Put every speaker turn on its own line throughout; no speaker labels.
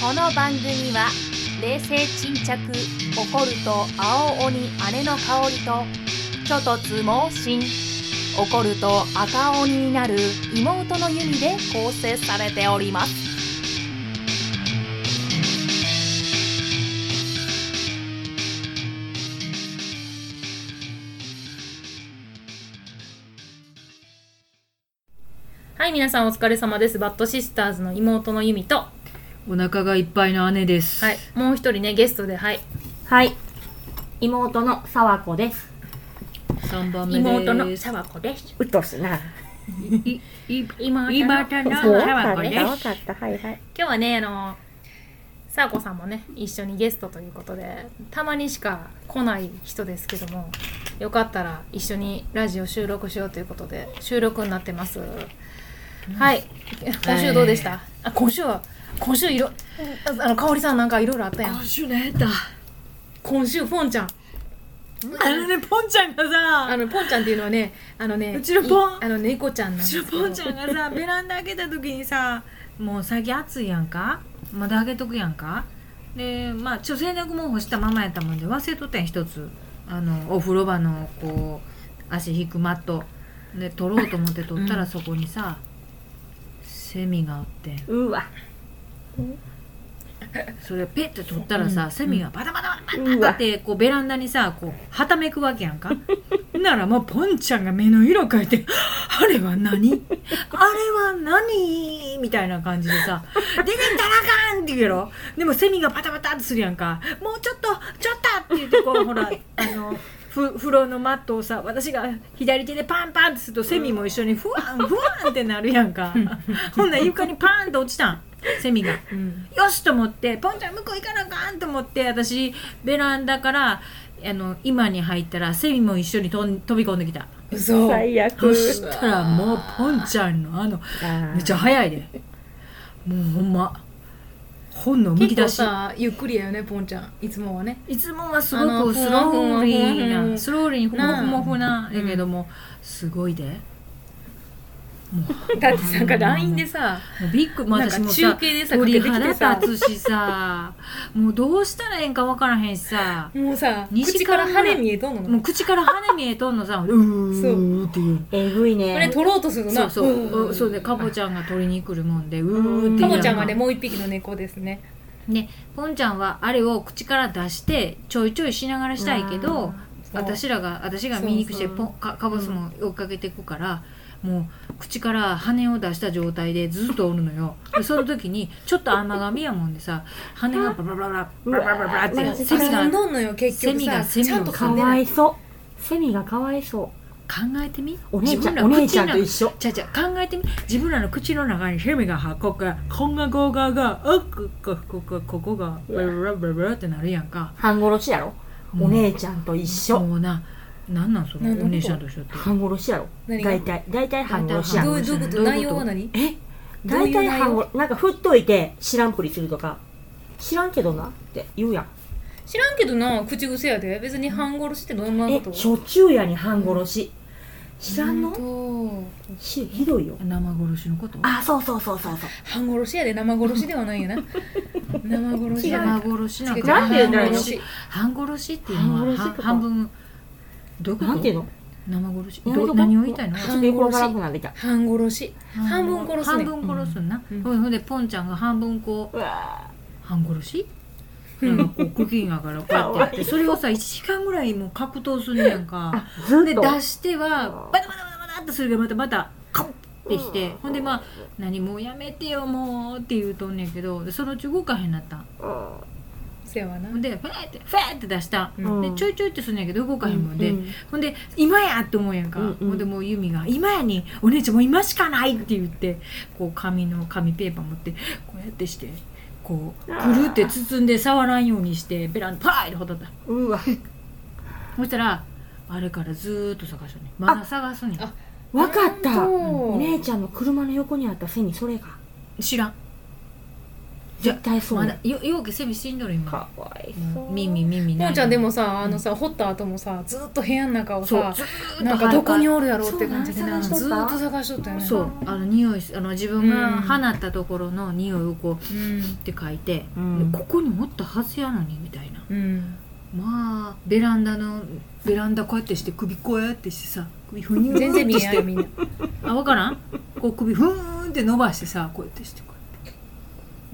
この番組は冷静沈着怒ると青鬼姉の香りと虚突猛進怒ると赤鬼になる妹の弓で構成されております
はい、皆さんお疲れ様です。バッドシスターズの妹のユミと、は
お腹がいっぱいの姉です。
い、もう一人ね、ゲストで、はい、
はい。妹のさわこです。
三番目です。
妹のシャワコです。
うっとうしな。
いいい
今
妹の
そう、
さわ
わ
こ
かっ
で
た、わ
す。
かった、はいはい。
今日はねあのさあこさんもね一緒にゲストということでたまにしか来ない人ですけどもよかったら一緒にラジオ収録しようということで収録になってます、はい今週どうでした、あ今週は今週いろああの香織さんなんかいろいろあったやん
今週ねだ。
今週ポンちゃん
あのねポンちゃんが
あ
さ、
のポンちゃんっていうのはねあのね
うちのポン
いあの猫ちゃ
う
んなんです
ち
け
の
ど
ポンちゃんがさベランダ開けた時にさ、もう最近暑いやんか。まだ開けとくやんか。でまあちょ洗濯物干したままやったもんで忘れとったん一つあのお風呂場のこう足引くマットで取ろうと思って取ったら、
うん
そこにさセミがおってん
うわ、
それをペッて取ったらさ、
うん
セミがバタバタバタ
う
だ
わ
っ。てこうベランダにさこうはためくわけやんか ならもうポンちゃんが目の色変えて「あれは何あれは何?」みたいな感じでさ「出てったらあかん!」って言うやろでもセミがパタパタってするやんか「もうちょっとちょっと!」って言ってこうほらあのふ風呂のマットをさ私が左手でパンパンってするとセミも一緒にふわんふわんってなるやんかほんなら床にパーンと落ちたんセミが。
うん
よしと思ってポンちゃん向こう行かなあかんと思って私ベランダからあの今に入ったらセミも一緒に飛ん飛び込んできた
嘘
最
そ
悪。
したらもうポンちゃんのあの
あ
めっちゃ早いでもうほんま本能むき
結構
出し
さゆっくりやよねポンちゃんいつも はね
いつもはす
あ
ご
の
くスローリ
ふわふわふ
ー
わ
なスローリーにふも
なあ
ふもふなやけどもすごいで
だってなんか LINE でさ
もうビッグもう私も
なん
さ
か中継でさ
鳥
かけて
肌
きてさ
立つしさもうどうしたらええんかわからへんしさ
もうさ
二時
口か
間
ら
ぐ
羽
らい
見えとんの
も
こ
う口から羽見えとんのさ、うーっていう。
えぐい
れ
ね。
取ろうとするの
そ
な
うそう、おそうで、かぼちゃんが取りに来るもんで、うーって言うや
かぼ
んか。
ちゃんはねもう一匹の猫ですね
ね、ポンちゃんはあれを口から出して、ちょいちょいしながらしたいけ
う
ど
ん。そう
私らが、私が見にくして、
そう
ポ
そう
ン、か、かぼすも追っかけていくから。もう口から羽を出した状態でずっとおるのよでその時にちょっと甘がみやもんでさ羽がバラバラバラバラバラバラっ
う
て
わ
セミが
噛んどんのよ結局さ
セミがセミを
ちゃんと噛
か
んで
わ
ない
いそう。セミがかわいそ
考えてみ
う。お姉ち
自分
ゃん、
ら
お姉ちゃん
口
と
の
一緒。
ちゃうちゃう考えてみ自分らの口の中にヘミが箱からこんがゴーガーがあここここここがブラブラブラブラってなるやんか
半殺しやろ。お姉ちゃんと一緒。
もうななんなんその
なんの
お姉ちゃんと一緒って
半殺しやろ。
何が
大体、大体半殺し
ゃ
や
ん
ど
ろ。
ういうどういうこ
どういうこと
と内容は何
え大
どういう内
体
容
半殺なんか振っといて知らんぷりするとか、知らんけどなって言うやん。
知らんけどな口癖やで別に半殺しってどんなこ
え
と、
しょっちゅうやに半殺し。知らんの
の
しひどいよ
生殺しのこと
あそうそうそうそうそ
半殺しやで生殺しではな いよな生殺しや
生殺しなん
違う
か
なんて言うんだろう
半殺し
半殺しっていうのは
半殺しとか
半分どういう
う
こと
なんていうの
生殺し
いや
ど
でも
何を言いたいの
ちょっとよくわからなくなってきた
半殺し半分殺すね
半分殺すんな、
うん
ほん、ほんでポンちゃんが半分こう
うわ
半殺しなんかこう茎がからこうやってやってそれをさ1時間ぐらいもう格闘すんねやんか
ーず
で
っ
出
と
してはバタバタバタバタってするけどまたまたカッってきてほんでまあ「何もうやめてよもう」って言うとんねんけどでそのうち動かへんなったん
せやわな
ほんでフェーってフェーって出したん
うん
でちょいちょいってすんねんけど動かへんもん
う
で
ん
ほんで「今や!」って思うやんか、
うんうん
ほんでもうユミが「今やにお姉ちゃんもう今しかない!」って言ってこう紙の紙ペーパー持ってこうやってしてこうくるって包んで触らんようにしてベランダパーイってほたった
うわ
そしたらあれからずーっと探したねんまだ探すねん
あ
わかった
本当
お姉ちゃんの車の横にあった背にそれが
知らん
絶対そう
ま
な
だよようけ背びしんどる今
かわいそう
耳耳
もんちゃんでもさあのさ掘った後もさずっと部屋の中を
そう
さ
ずーっと
なんかどこにおるやろうって感じで
そうな
なん
探
ず
しとった
ーっと探しとったよね
そうあの匂いあの自分が
うん
放ったところの匂いをこう
うん
って書いて、
うん
でここにおったはずやのにみたいな
うん
まあベランダのベランダこうやってして首こうやってしてさ首ふにゅー
全然
っ
見
て
え
し
な
て
いみんな
あ分からんこう首ふーんって伸ばしてさこうやってしてこうやって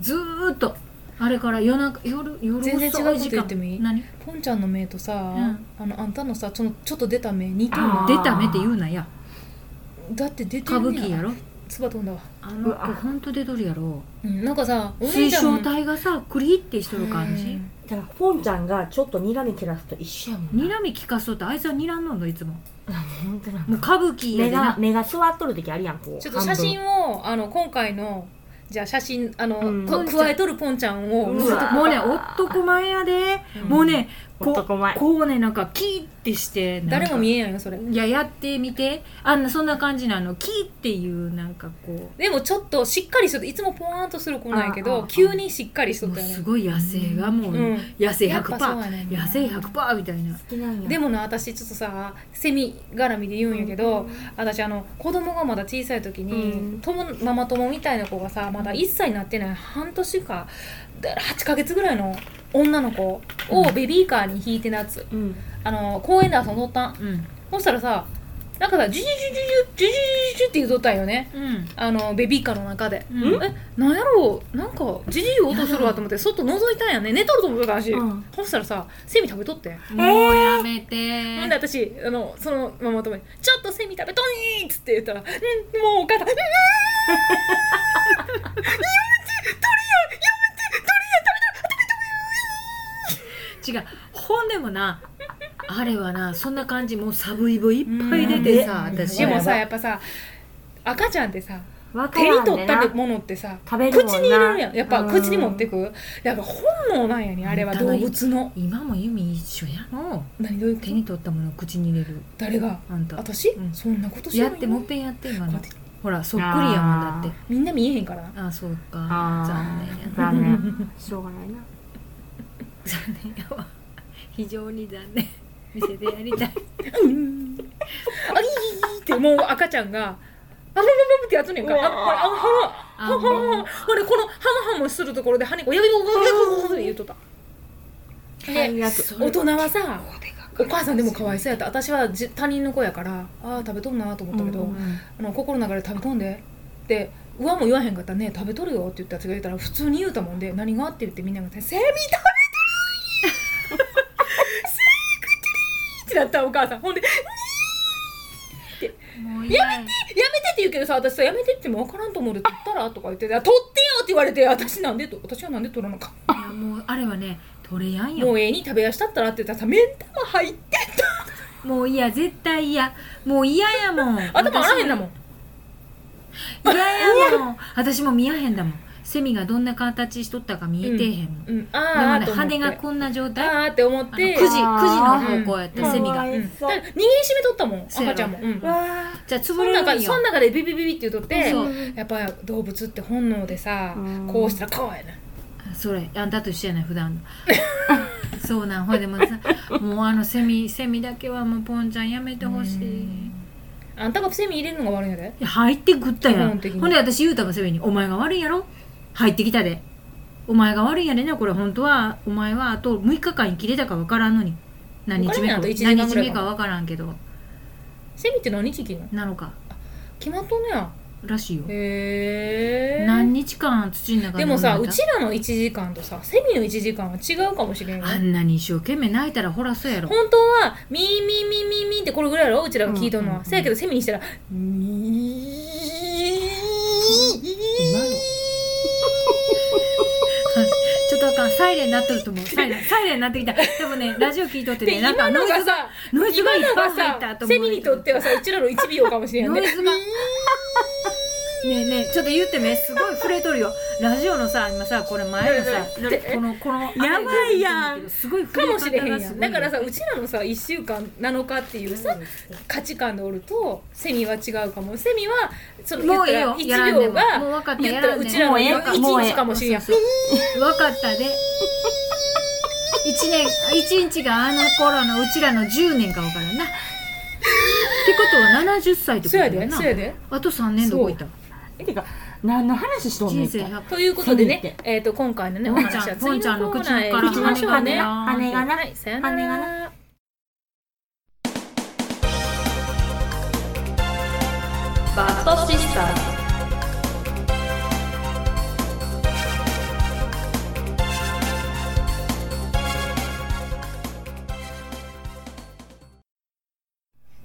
ずーっとあれから夜中夜夜遅い時間
全然違うこと言ってもいい
何
ポンちゃんの目とさ、
ん
あのあんたのさそのちょっと出た目似てる
あ
の
ー
出た目って言うなや
だって出て
歌
る
舞伎やろ
唾飛んだわ、
あの
うわ
子ほんと出とるやろ
うん、なんかさお
水
姉ちゃんも
晶体がさクリってしとる感じ
だからポンちゃんがちょっと睨み切らすと一緒やもんな
睨み聞かそうとあいつは睨んのんのいつも
本当なん
もう歌舞伎やで
目が
な
目が座っとる時あるやんこう
ちょっと写真をあの今回のじゃあ写真あの、
うん
こ
ポンちゃん
加えとるポンちゃんを
う
見
わ
せとく
もうね男前やで、
うん
もうねこ
男前
こうねなんかキーってしてなんか
誰も見えんやんよそれ
いややってみてあんなそんな感じなのキーっていうなんかこう
でもちょっとしっかりしとっていつもポワーンとする子なんやけ
ああ
ど
あ
急にしっかりしと
も
っ
う
たよね
すごい野生がもう、
うん
野生
やっぱそうや
100%、
ねんな
野生100%みたいな
好きなんや
で
も
もな私ちょっとさセミ絡みで言うんやけど、私あの子供がまだ小さい時に、
うん
ともママ友みたいな子がさまだ1歳になってない半年かだ8ヶ月ぐらいの女の子をベビーカーに引いて夏、
うん
あの公園で遊んどったん
うん
そしたらさなんかさジュジュジュジュジュジュジュジュって言うとったんよね
うん
あのベビーカーの中で。
うん
えなんやろうなんかジジイ音するわと思って外覗いたんやね寝とると思ってたし、
うん
そしたらさセミ食べとって
もうやめて、
ほんで私あのそのママ友に「ちょっとセミ食べとにー!」っつって言ったら「うんもうお母さんうわーやめて鳥ややめて鳥や食べ
違う本でもなあれはなそんな感じもうサブイブいっぱい出てさ、
うん
私
でも
そう
さ
や
やっぱさ赤ちゃんってさ
わか
手に
らん
取
で
っ
な
たものってさ
食べるもんな
口に入れるやんやっぱ
うん
口に持ってくやっぱ本能なんやねあれは
うん
動物の
今もユミ一緒やの
何どういうこ
手
と
に取ったものを口に入れる
誰が
あんた
私、
うん
そんなことし
や
ない
ってもっぺんやって今
こ
の
うや
ほらそっくりやもんだって
みんな見えへんからな
ああそうか
あー
残念やな
残念しょうがないな
残念やわ非常に残念店でやりたい
うんあいいいいってもう赤ちゃんがあぶぶぶってやつねんからあ
う
こ
わ
れあは
あ
むはむはむはむほんでこのはむはむするところで羽こうやめてこうやめてこうやめてこうって言うとった
最
で
悪
それ
大人はさお母さんでもかわいそうやった私はじ他人の子やからああ食べとんなと思ったけど、
うん
あの心の中で食べとんでってうわも言わへんかったらね食べとるよって言ったやつが言ったら普通に言うたもんで何があって言ってみんなが「セミ食べてる!」「セミ食ってる!」ってなったお母さんほんで
もうやめて
「やめて」って言うけどさ私さ「やめて」っても分からんと思うで「取ったら?」とか言って「あ取ってよ!」って言われて「私なんで?」と「私はなんで取らなか
いやもうあれはね取れやんよ
もうええに食べやしたったら」って言ったらさ「目ん玉入って
もういや絶対嫌もう嫌やもん
頭洗えへんだもん」
嫌やもん私も見やへんだもんセミがどんな形しとったか見えてへんもん、
うん、
でも
あ
ね
ーと思っ
羽
て
がこんな状態
あーって思っ
あの
て
9時
あー
9時の方向やった
うん
セミが、
うん
うん、だから握りしめとったもん
そうや
赤
ろ
ちゃんも、うん、
うわ
じゃあつ
そ
ぶ
の
れる
中
ん
そ
よ
の中でビビビビって言うとって
そう
やっぱ動物って本能でさ
うん
こうしたらこうやな
それあんたと一緒やない普段 のそうなんほいでもさもうあのセミセミだけはもうポンちゃんやめてほしい
あんたがセミ入れるのが悪いんやで
いや入ってくったや
基
ん
本的に
ほんで私言うたもセミに「お前が悪いやろ入ってきたでお前が悪いんやねんなこれ本当はお前はあと6日間生きれたか分からんのに何日目か
わからんやんあと一年
何
間
日
ぐらい
目か分からんけど
セミって何日生きんの
なのか
決まっとんねや
らしいよ
へえ
何日間土の中
でもさ
飲ん
う
だ
ちらの1時間とさセミの1時間は違うかもしれんよ
あんなに一生懸命泣いたらほらそうやろ
本当はミーミーミーミーミーってこれぐらいやろうちらが聞いとんの
うんうんうん
はせやけどセミにしたらミ
今のちょっとあかんサイレンなっとると思うサイレンサイレンなってきたでもねラジオ聞いとって
で
ねなん
今
かノ
の
イズ
が
が
さ
ノイズが
今
いっ
の
ぱい
が
入った
さ
と思
セ
う
ミにとってはさうちらの1秒かもしれんよ
ノ
ね
イズがねえねえちょっと言ってねすごい触れとるよラジオのさ今さこれ前のさ
どれどれ
このこの
やばいやん
すごい触
か
れと
も
った
し
が
れへんや
す
ん
ごい
だからさうちらのさ1週間7日っていうさ価値観でおるとセミは違うかもセミはその
もうええ
言
よ
った
や
ら
ら
1
んで
秒
ももう
が
分かった
言
や
っ
ら
たら
ん
う
で
ちらの
もうええ
1
もうええ
日かもしれんやん
分かったで一年一日があの頃のうちらの10年か分からんなってことは70歳ってこと
そうや
だ
で
よな
そうやで
あと3年どこ行った
えてか何の話しとんねん
人
一
生
体
100
ということで
セミ
ね
っ、
えー、と今回のねお
ポンち
話
ゃ
は
んポンちゃんの口か
次
ら
のコーナーへ行きましょうね。
羽がね羽がね
はい、さよな
羽が
ら。
バッドシスターズ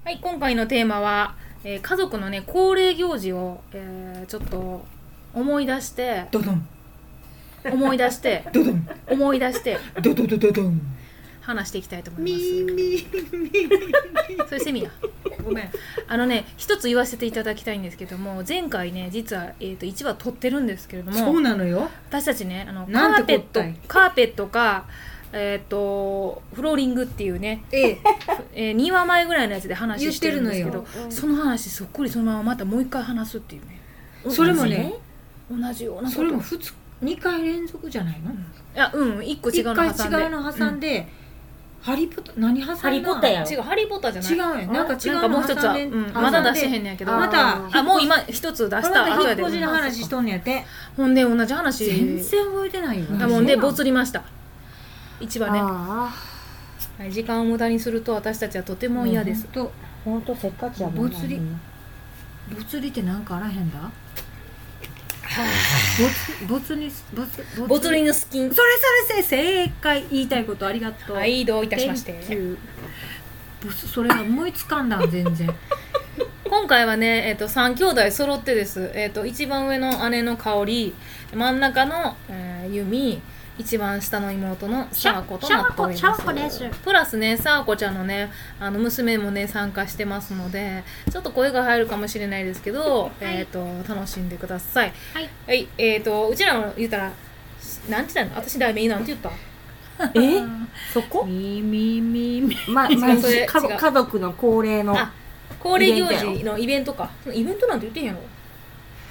はい、今回のテーマは、えー家族のね恒例行事を、えーちょっと思い出して
ドドン
思い出 して
ドドン
思い出して
ドドドドドン
話していきたいと思います。それセミや。
ごめん
あのね一つ言わせていただきたいんですけども前回ね実は、えー、と1話撮ってるんですけれども
そうなのよ
私たちねあのカ
なん
ー
て
ペッ
こった
ト
い
カーペットかえっ、とフローリングっていうね、
ええ
えー、2話前ぐらいのやつで話してるんですけ
言
どその話そっくりそのまままたもう一回話すっていうね
それもね
同じようなこと
それも普通2回連続じゃないの
あうん一個違うの
1
挟
回
んで
違うの挟んでハリポタ何挟んだ
ハリポッタや
うん違うハリー・ポッターじ
違
ゃないう
よなんか違う
な
の
んかもう一つ
挟
は、
んで
うん、
挟んで
まだ出してへんねんやけど
また
あもう今一つ出
あ
した
ま
後
た引
やで
っ越しの話しとんねやって
ほんで同じ話
全然覚えてないよ
だもん
そ
で
うなん
ぼつりました一番ね、
ああ
はい、時間を無駄にすると私たちはとても嫌です、
と
本当せっかちやもんな
ぼつり没理ってなんかあらへんだ没理没理
ボツリのスキン
それそれせ正解言いたいことありがとう
はいどういたしまして
Thank you ボツそれが思いつかんだん全然
今回はね、えっと3兄弟揃ってです、えっと一番上の姉の香り真ん中の、えー、由一番下の妹の
シ
サ
ャ
ーコとなっております
シャーコシャーコです
プラスねサーコちゃんのねあの娘もね参加してますのでちょっと声が入るかもしれないですけど、えっと楽しんでください
はい、
はい、えっ、とうちらの言ったらなんて言ったの私題名なんて言った
えそこ
みみみみ
ま
違う
毎
そ
週家
れ違
族
う
家族の恒例の
あ恒例行
イベント
事のイベントかイベントなんて言ってへんやろ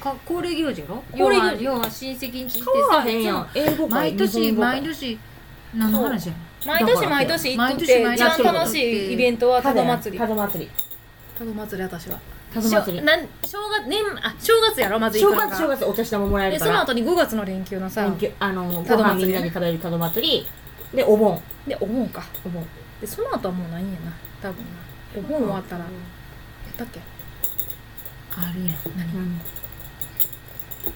か恒例行事やろ
恒例行事
要は要は親戚に来て
そうは
さ
へんや
い
ん英語
つも
会
毎年
日本語会
毎年何の話やねん
毎
だか
年
ら
毎年行っと
毎
っ
年
て
毎
一
年
番楽しいイベントは
た
た
だ
だ
祭
祭
り
り
ただ祭り
ただ祭り私は
ただ
しょ
祭り
なん正月年あ正月やろまず行
正
くの
月正
が
月お年玉もらえ
で
るか
そ
ら
の後に5月の連休のさ
連休あの
た
ご
だ
飯
祭りね
みんなで食べるただ祭りでお盆
でお盆か
お盆
でその後はもうないんやな多分なお盆終わったらやったっけ
あるやん何
うん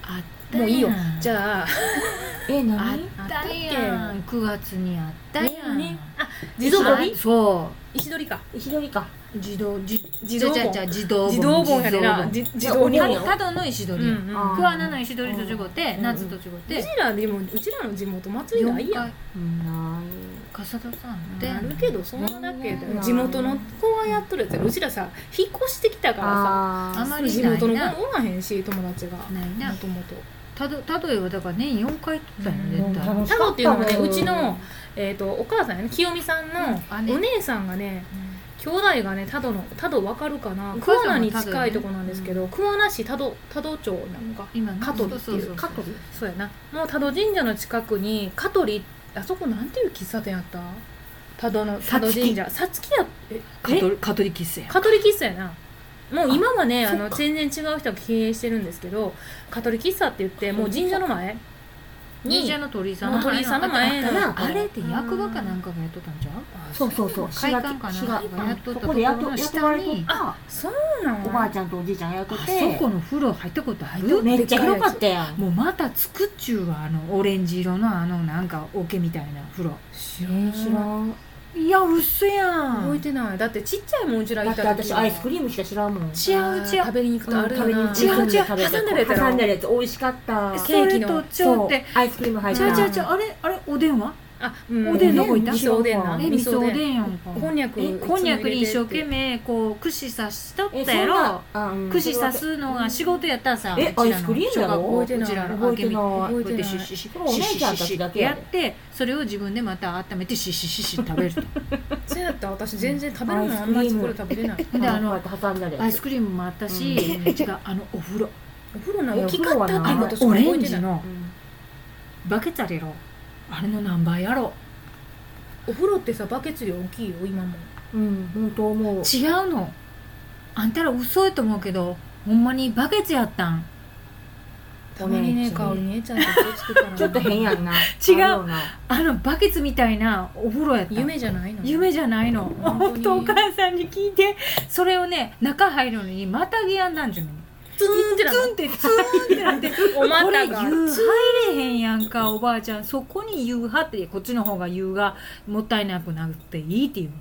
あったやん
もういいよじゃあ
え
あ
何
ったやん9月にあったやん、
ねあ
自
自動盆
そ
石取りか
石取りか
う自動自
自動盆
じゃじゃじゃ自動盆
自動盆やでな
自
じ自動に
いや
動
お盆
盆た
よ
だの石
うん
取
う
りやん、
ん
あー
桑名の石取りと違って、
うん
夏と違って、
うちらでもうちらの地元祭りないやん
うんない
笠田さんで
あるけどそんなだけ
うん
地元の子はやっとるやつやろうちらさ引っ越してきたからさ
あ
あん
ー
まり
地
ない
元の
な
子もおらへんし友達が
ないな
もともと
たどたどえはだから年4回行ったよ
り
うん
絶対、
楽しか
タ
た
ロっていうのはねうちの、えー、とお母さんやね清美さん
うん姉
のお姉さんがね兄弟がねタドのタドわかるかな
お母
桑
さ
名
んも
に
多度ね
近いとこなんですけど桑名市多度多度町なのか
今ね
香取っていう
そうそうそう
カットで
そうやなもう多度神社の近くに香取あそこなんていう喫茶店やった多度の多度神社さつきやえ
香取香取キスやん
カトリ喫茶やなもう今はねあ
あ
の
そっか
全然違う人が経営してるんですけどカトリ喫茶って言ってもう神社の前
忍
に
者の鳥居さん
もう鳥居さんの前
あ
の
ったなあれって役場かなんかがやっとったんじゃう
そうそうそう
会館かな
滋賀
なんかやっとった
ここでやっと
ところの下に
雇われとった
そうなん
おばあちゃんとおじいちゃんがやっと
あ
って
そこの風呂入ったことある
めっちゃ広かったやん
もうまたつくっちゅうわあのオレンジ色のあのなんか桶みたいな風呂
知
知らん
いやうっせや
覚え
ん
てないだってちっちゃいもんうちら
だ
い
って
た
私アイスク
リ
リームしか知らんもん
ちゃうちゃ
食
う
べに行くとあるよ
うん
な
食べに
違う違う
食べた
挟んだやつやろ
挟んだやつ美味しかった
ケーキ
それ
の
とちょっ
そう
て
アイスクリーム入っ
ちゃう
た
ちゃうちゃうあれあれおでんは
あ、うん
おでんどこ行った
味噌おでんな
え味噌おでんやんか
こんにゃく
えこんにゃくに一生懸
命
命こう串刺しとっ
え
たやろ
そんなあうん
串刺すのが仕事やったらさ
え
うちらの
アイスクリームやろ
小学校うちらの
覚えてない
覚えてない
シュシュシュ
お姉ちゃんたちだけ
やってそれを自分でまた温めてシュシュシュシュ食べると
そうやった私全然食べる
アイス
の
ク
あ
リーム
んまりこれ食べれない
であの
こうやって挟んだり
アイスクリームもあったし
うん
違うあのお風呂
お風呂の大きかったって
あ
い
の
うこ
あ
とし
のオ
か覚
レ
え
ン
て
ジ
ない
のバケツあれやろあれの何倍やろ
お風呂ってさバケツ量大きいよ今も
うん本当思う
違うのあんたら嘘やと思うけどほんまにバケツやったん
たまにね香り姉ちゃんと気をつくから
ちょっと変やんな
違う
あるよな
あのバケツみたいなお風呂やったん
夢じゃないの
夢じゃないの
本
本
当
当
に
お母さんに聞いてそれをね中入るのにまたぎやんなんじゃない
ツーンってな
ツンってツンってなって
おま
これ
た
湯
が
入れへんやんかおばあちゃんそこに湯張ってこっちの方が湯がもったいなくなっていいっていう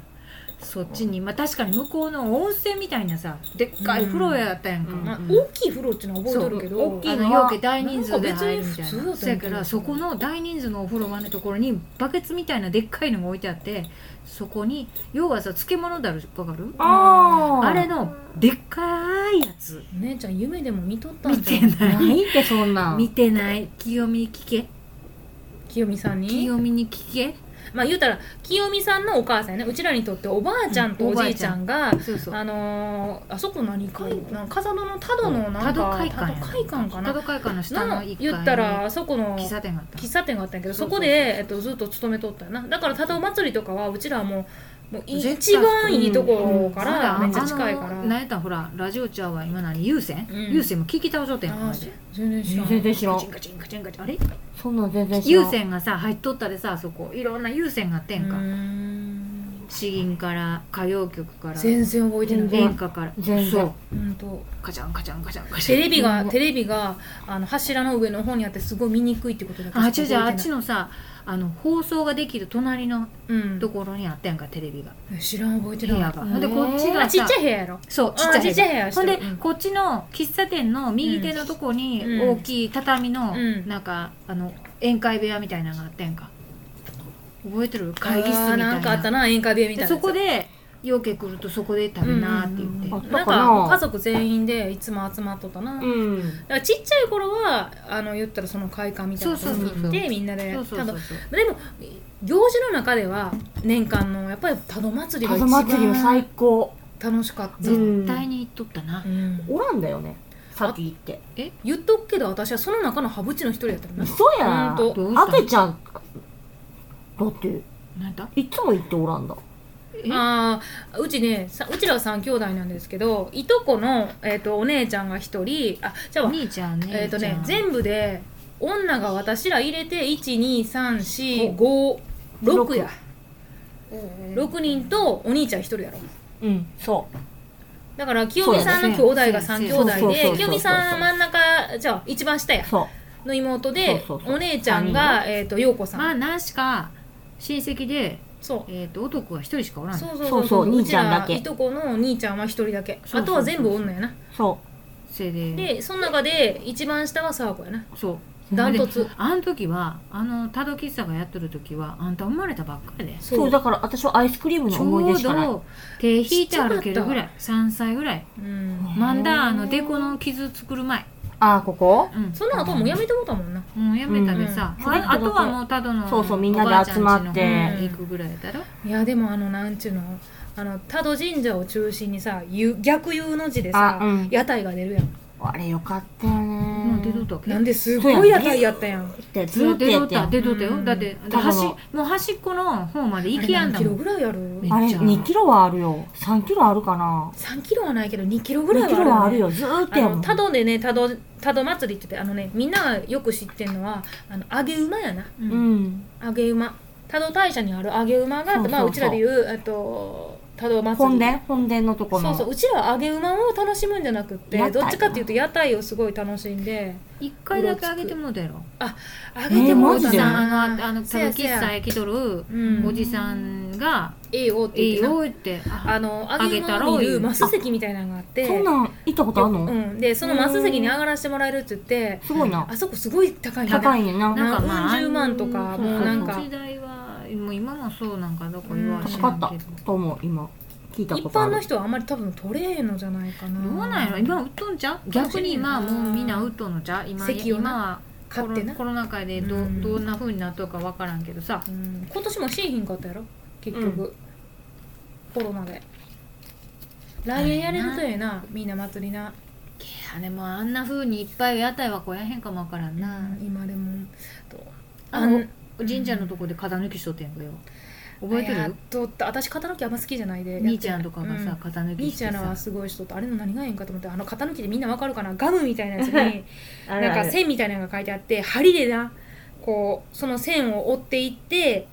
そっちにまあ確かに向こうの温泉みたいなさでっかい風呂やったやんか、
うん
まあ大きい風呂っていうのは覚えとるけど
そう大きい
あ
の
の
よけ大人数で入るみたい
なんか
な
別に普通だと思うけど
そやからそこの大人数のお風呂場のところにバケツみたいなでっかいのが置いてあってそこに要はさ漬物だるわかる
あー
あれのでっかいやつ
姉ちゃん夢でも見とったん
見
じ
て
ゃん
ないってそんな
ない
ん
見てない清美に聞け
清美さんに
清美に聞け
まあ言うたら清美さんのお母さんやねうちらにとっておばあちゃんとおじいちゃんが、
そうそう
あのーあそこ何会なんか笠戸の多度のなんか
多度会館や
多度会館か
多
な
度会館の下の
の
1階に
言ったらあそこの
喫茶店があった
喫茶店があったんやけど
そ
そう
そう
こ
そう
で、えっと、ずっと勤めとったよなだから多度祭りとかはうちらはもうもう
絶対
一番いいところか
そう
ら
だ
めっちゃ近いか
あ
ら、
のなんやったらほらラジオちゃうわ今何優先
うん
優先も聞き倒しとったやん
あ
マ
ー
ジで
全然知らん
全然知らん
ガチンガチンガチンガチンあれ
そんなん全然知ら
優
ん
先がさ入っとったでさそこいろんな優先があってんか、
うーん
詩吟から歌謡曲から
全然覚えてな
全
い
然
演歌から
全然
そう
うんと
カチャンカチャンカチャンカチャ
テ
ン
レビが
うん
テレビがあの柱の上の方にあってすごい見にくいってことだけ
あ
し
違う
か覚
違う
えてない
あっちのさあの放送ができる隣の
うん
ところにあったやんかテレビが
知らん覚えて
部
ない
屋がほんでこっち
あ
が
ち
さ
っちゃい部屋やろ
そうちっちゃい部屋
あちっちゃい部屋して
ほん
る
で、こっちの喫茶店の右手のとこに
うん
大きい畳の、
うん
なんかあの宴会部屋みたいなのがあったやんか覚えてる会議室み
あ
た
ー
い
な
なん
かあったな宴会部屋みたい
で
な
そこで陽家来るとそこで食べなーって言って、
うんうんうん
あ
な
そ
ん
うかな
か家族全員でいつも集まっとったな、だ
うん
からちっちゃい頃はあの言ったらその会館みたいなとこに
そうそう
行
そ
っ
うそ
てみんなで
そうそう
た
そ
だ
うそう
でも行事の中では年間のやっぱり多度祭りが
風
一
祭りは最
番
高
楽しかった、
うん
絶対に行っとったな、
うん
おらんだよねさっき言って
言っとくけど私はその中の羽淵の一人やったよな
嘘やん
ほんと
どうした
あけちゃんだって
なんだ
いつも行っておらんだ
え
あーうちねさうちらは3兄弟なんですけどいとこの、えー、とお姉ちゃんが一人あじゃあ
兄ちゃんね
えっ、とね
全
全部で女が私ら入れて12345
六
や6人とお兄ちゃん1人やろ
うんそう
だから清美さんの兄弟が3兄
そう
弟
や
で
ね
清美さん真ん中じゃあ一番下や
そう
の妹で
そうそうそう
お姉ちゃんが、えー、と陽子さん、
まあ何しか親戚で、
そう
えー、と男は一人しかおらん
そう
の
そう
そうそう兄ちゃんだけ
うちらいとこの兄ちゃんは1人だけ
そうそうそう
あとは全部女やな
そ
せいで
でその中で一番下は沢子やな
そう
ダントツ
あの時はあの多度喫茶がやっとる時はあんた生まれたばっかりで
うそうだから私はアイスクリーム
ち
の思い
ょ
出
う
しかない
ど手引いて歩けるぐらい3歳ぐらい
うん、
まんだあのデコの傷作る前
ああここ
うん
その後もうやめてもうたもんな
もうやめたでさ、
うん
ああとはもうただの
そうそうみんなで集まって
おばあちゃんちの方に行くぐらいだろ、
いやでもあのなんちゅうのあの多度神社を中心にさゆ逆 U の字でさ、
あうん
屋台が出るやん
あれよかったよね
もう出とったわけ
なんですごい屋台やったやん
ってず
出
ーっとや
と
っ
って
や
た
ん
出とった
う
よ
ん
だって
だから
端もう端っこの方まで行きやんだ
あれ
も
何キロ
ん
ぐらいある
ね
あれ
じゃあ
2キロはあるよ3キロあるかな
3キロはないけど2キロぐ
2
らいはあ
キ
る,、
ロはあるよずーっと
あ
やも
の
ん
多度でね多度多度祭りって言ってあのねみんながよく知ってるのはあの揚げ馬やな
う
うんん
揚げ馬多度大社にある揚げ馬が
そうそうそう
まあうちらでいうえっと多度祭り
本殿本殿のとこ
そう
の
そううちらは揚げ馬を楽しむんじゃなくって
屋台
どっちかっていうと屋台をすごい楽しんで
一回だけあげてもうたやろ
揚げて
えーマ
もう
ジ
た
で
あ
な
のあの
せ
た
や
だ
せや
喫茶へ来とる
うん
おじさんが「
ええよ
い
って
い
言って
よ」って
あ
あ
の
あ
揚げ
あげた
た
ろ
を
う
見る
言う
マス席みたいなのがあって
そんなん行ったことあるの、
うん、でそのマス席に上がらせてもらえるって言って
すごいな
あそこすごい高いんだ
高いねな
なん
か
か何十万とか
そうそう
もうなん
か
あの時代はもう今もそうなんかどこ言わんし
高
ら
か
ん
った
けど
と思う今聞いた
一
ことあ
般
る
の人はあんまり多分取れへんのじゃないかな
どうなんやろ今売っとんちゃう逆に今はもうみんな売っとんのちゃう今
席をな
今は
買ってな
コロナ禍でど,、
う
うんどんな風になっとるか分からんけどさ
うん今年もしーひんかったやろ結局、コロナで来年やれるとええなみんな祭りな、
いやでもあんな風にいっぱい屋台はこうやへんかも分からんな、
今でもどう
あの
ん
神社のとこで型抜きしとってんかよ覚えて
やっ
る
とった私肩抜きあんま好きじゃないで
兄ちゃんとかがさ、
うん
型抜き
兄
し
ち
て
ゃんら
さ
はすごい人とあれの何がええんかと思ってあの肩抜きでみんなわかるかなガムみたいなやつに
あれ
なん
あ
か
れ
線みたいなのが書いてあって針でなこうその線を折っていって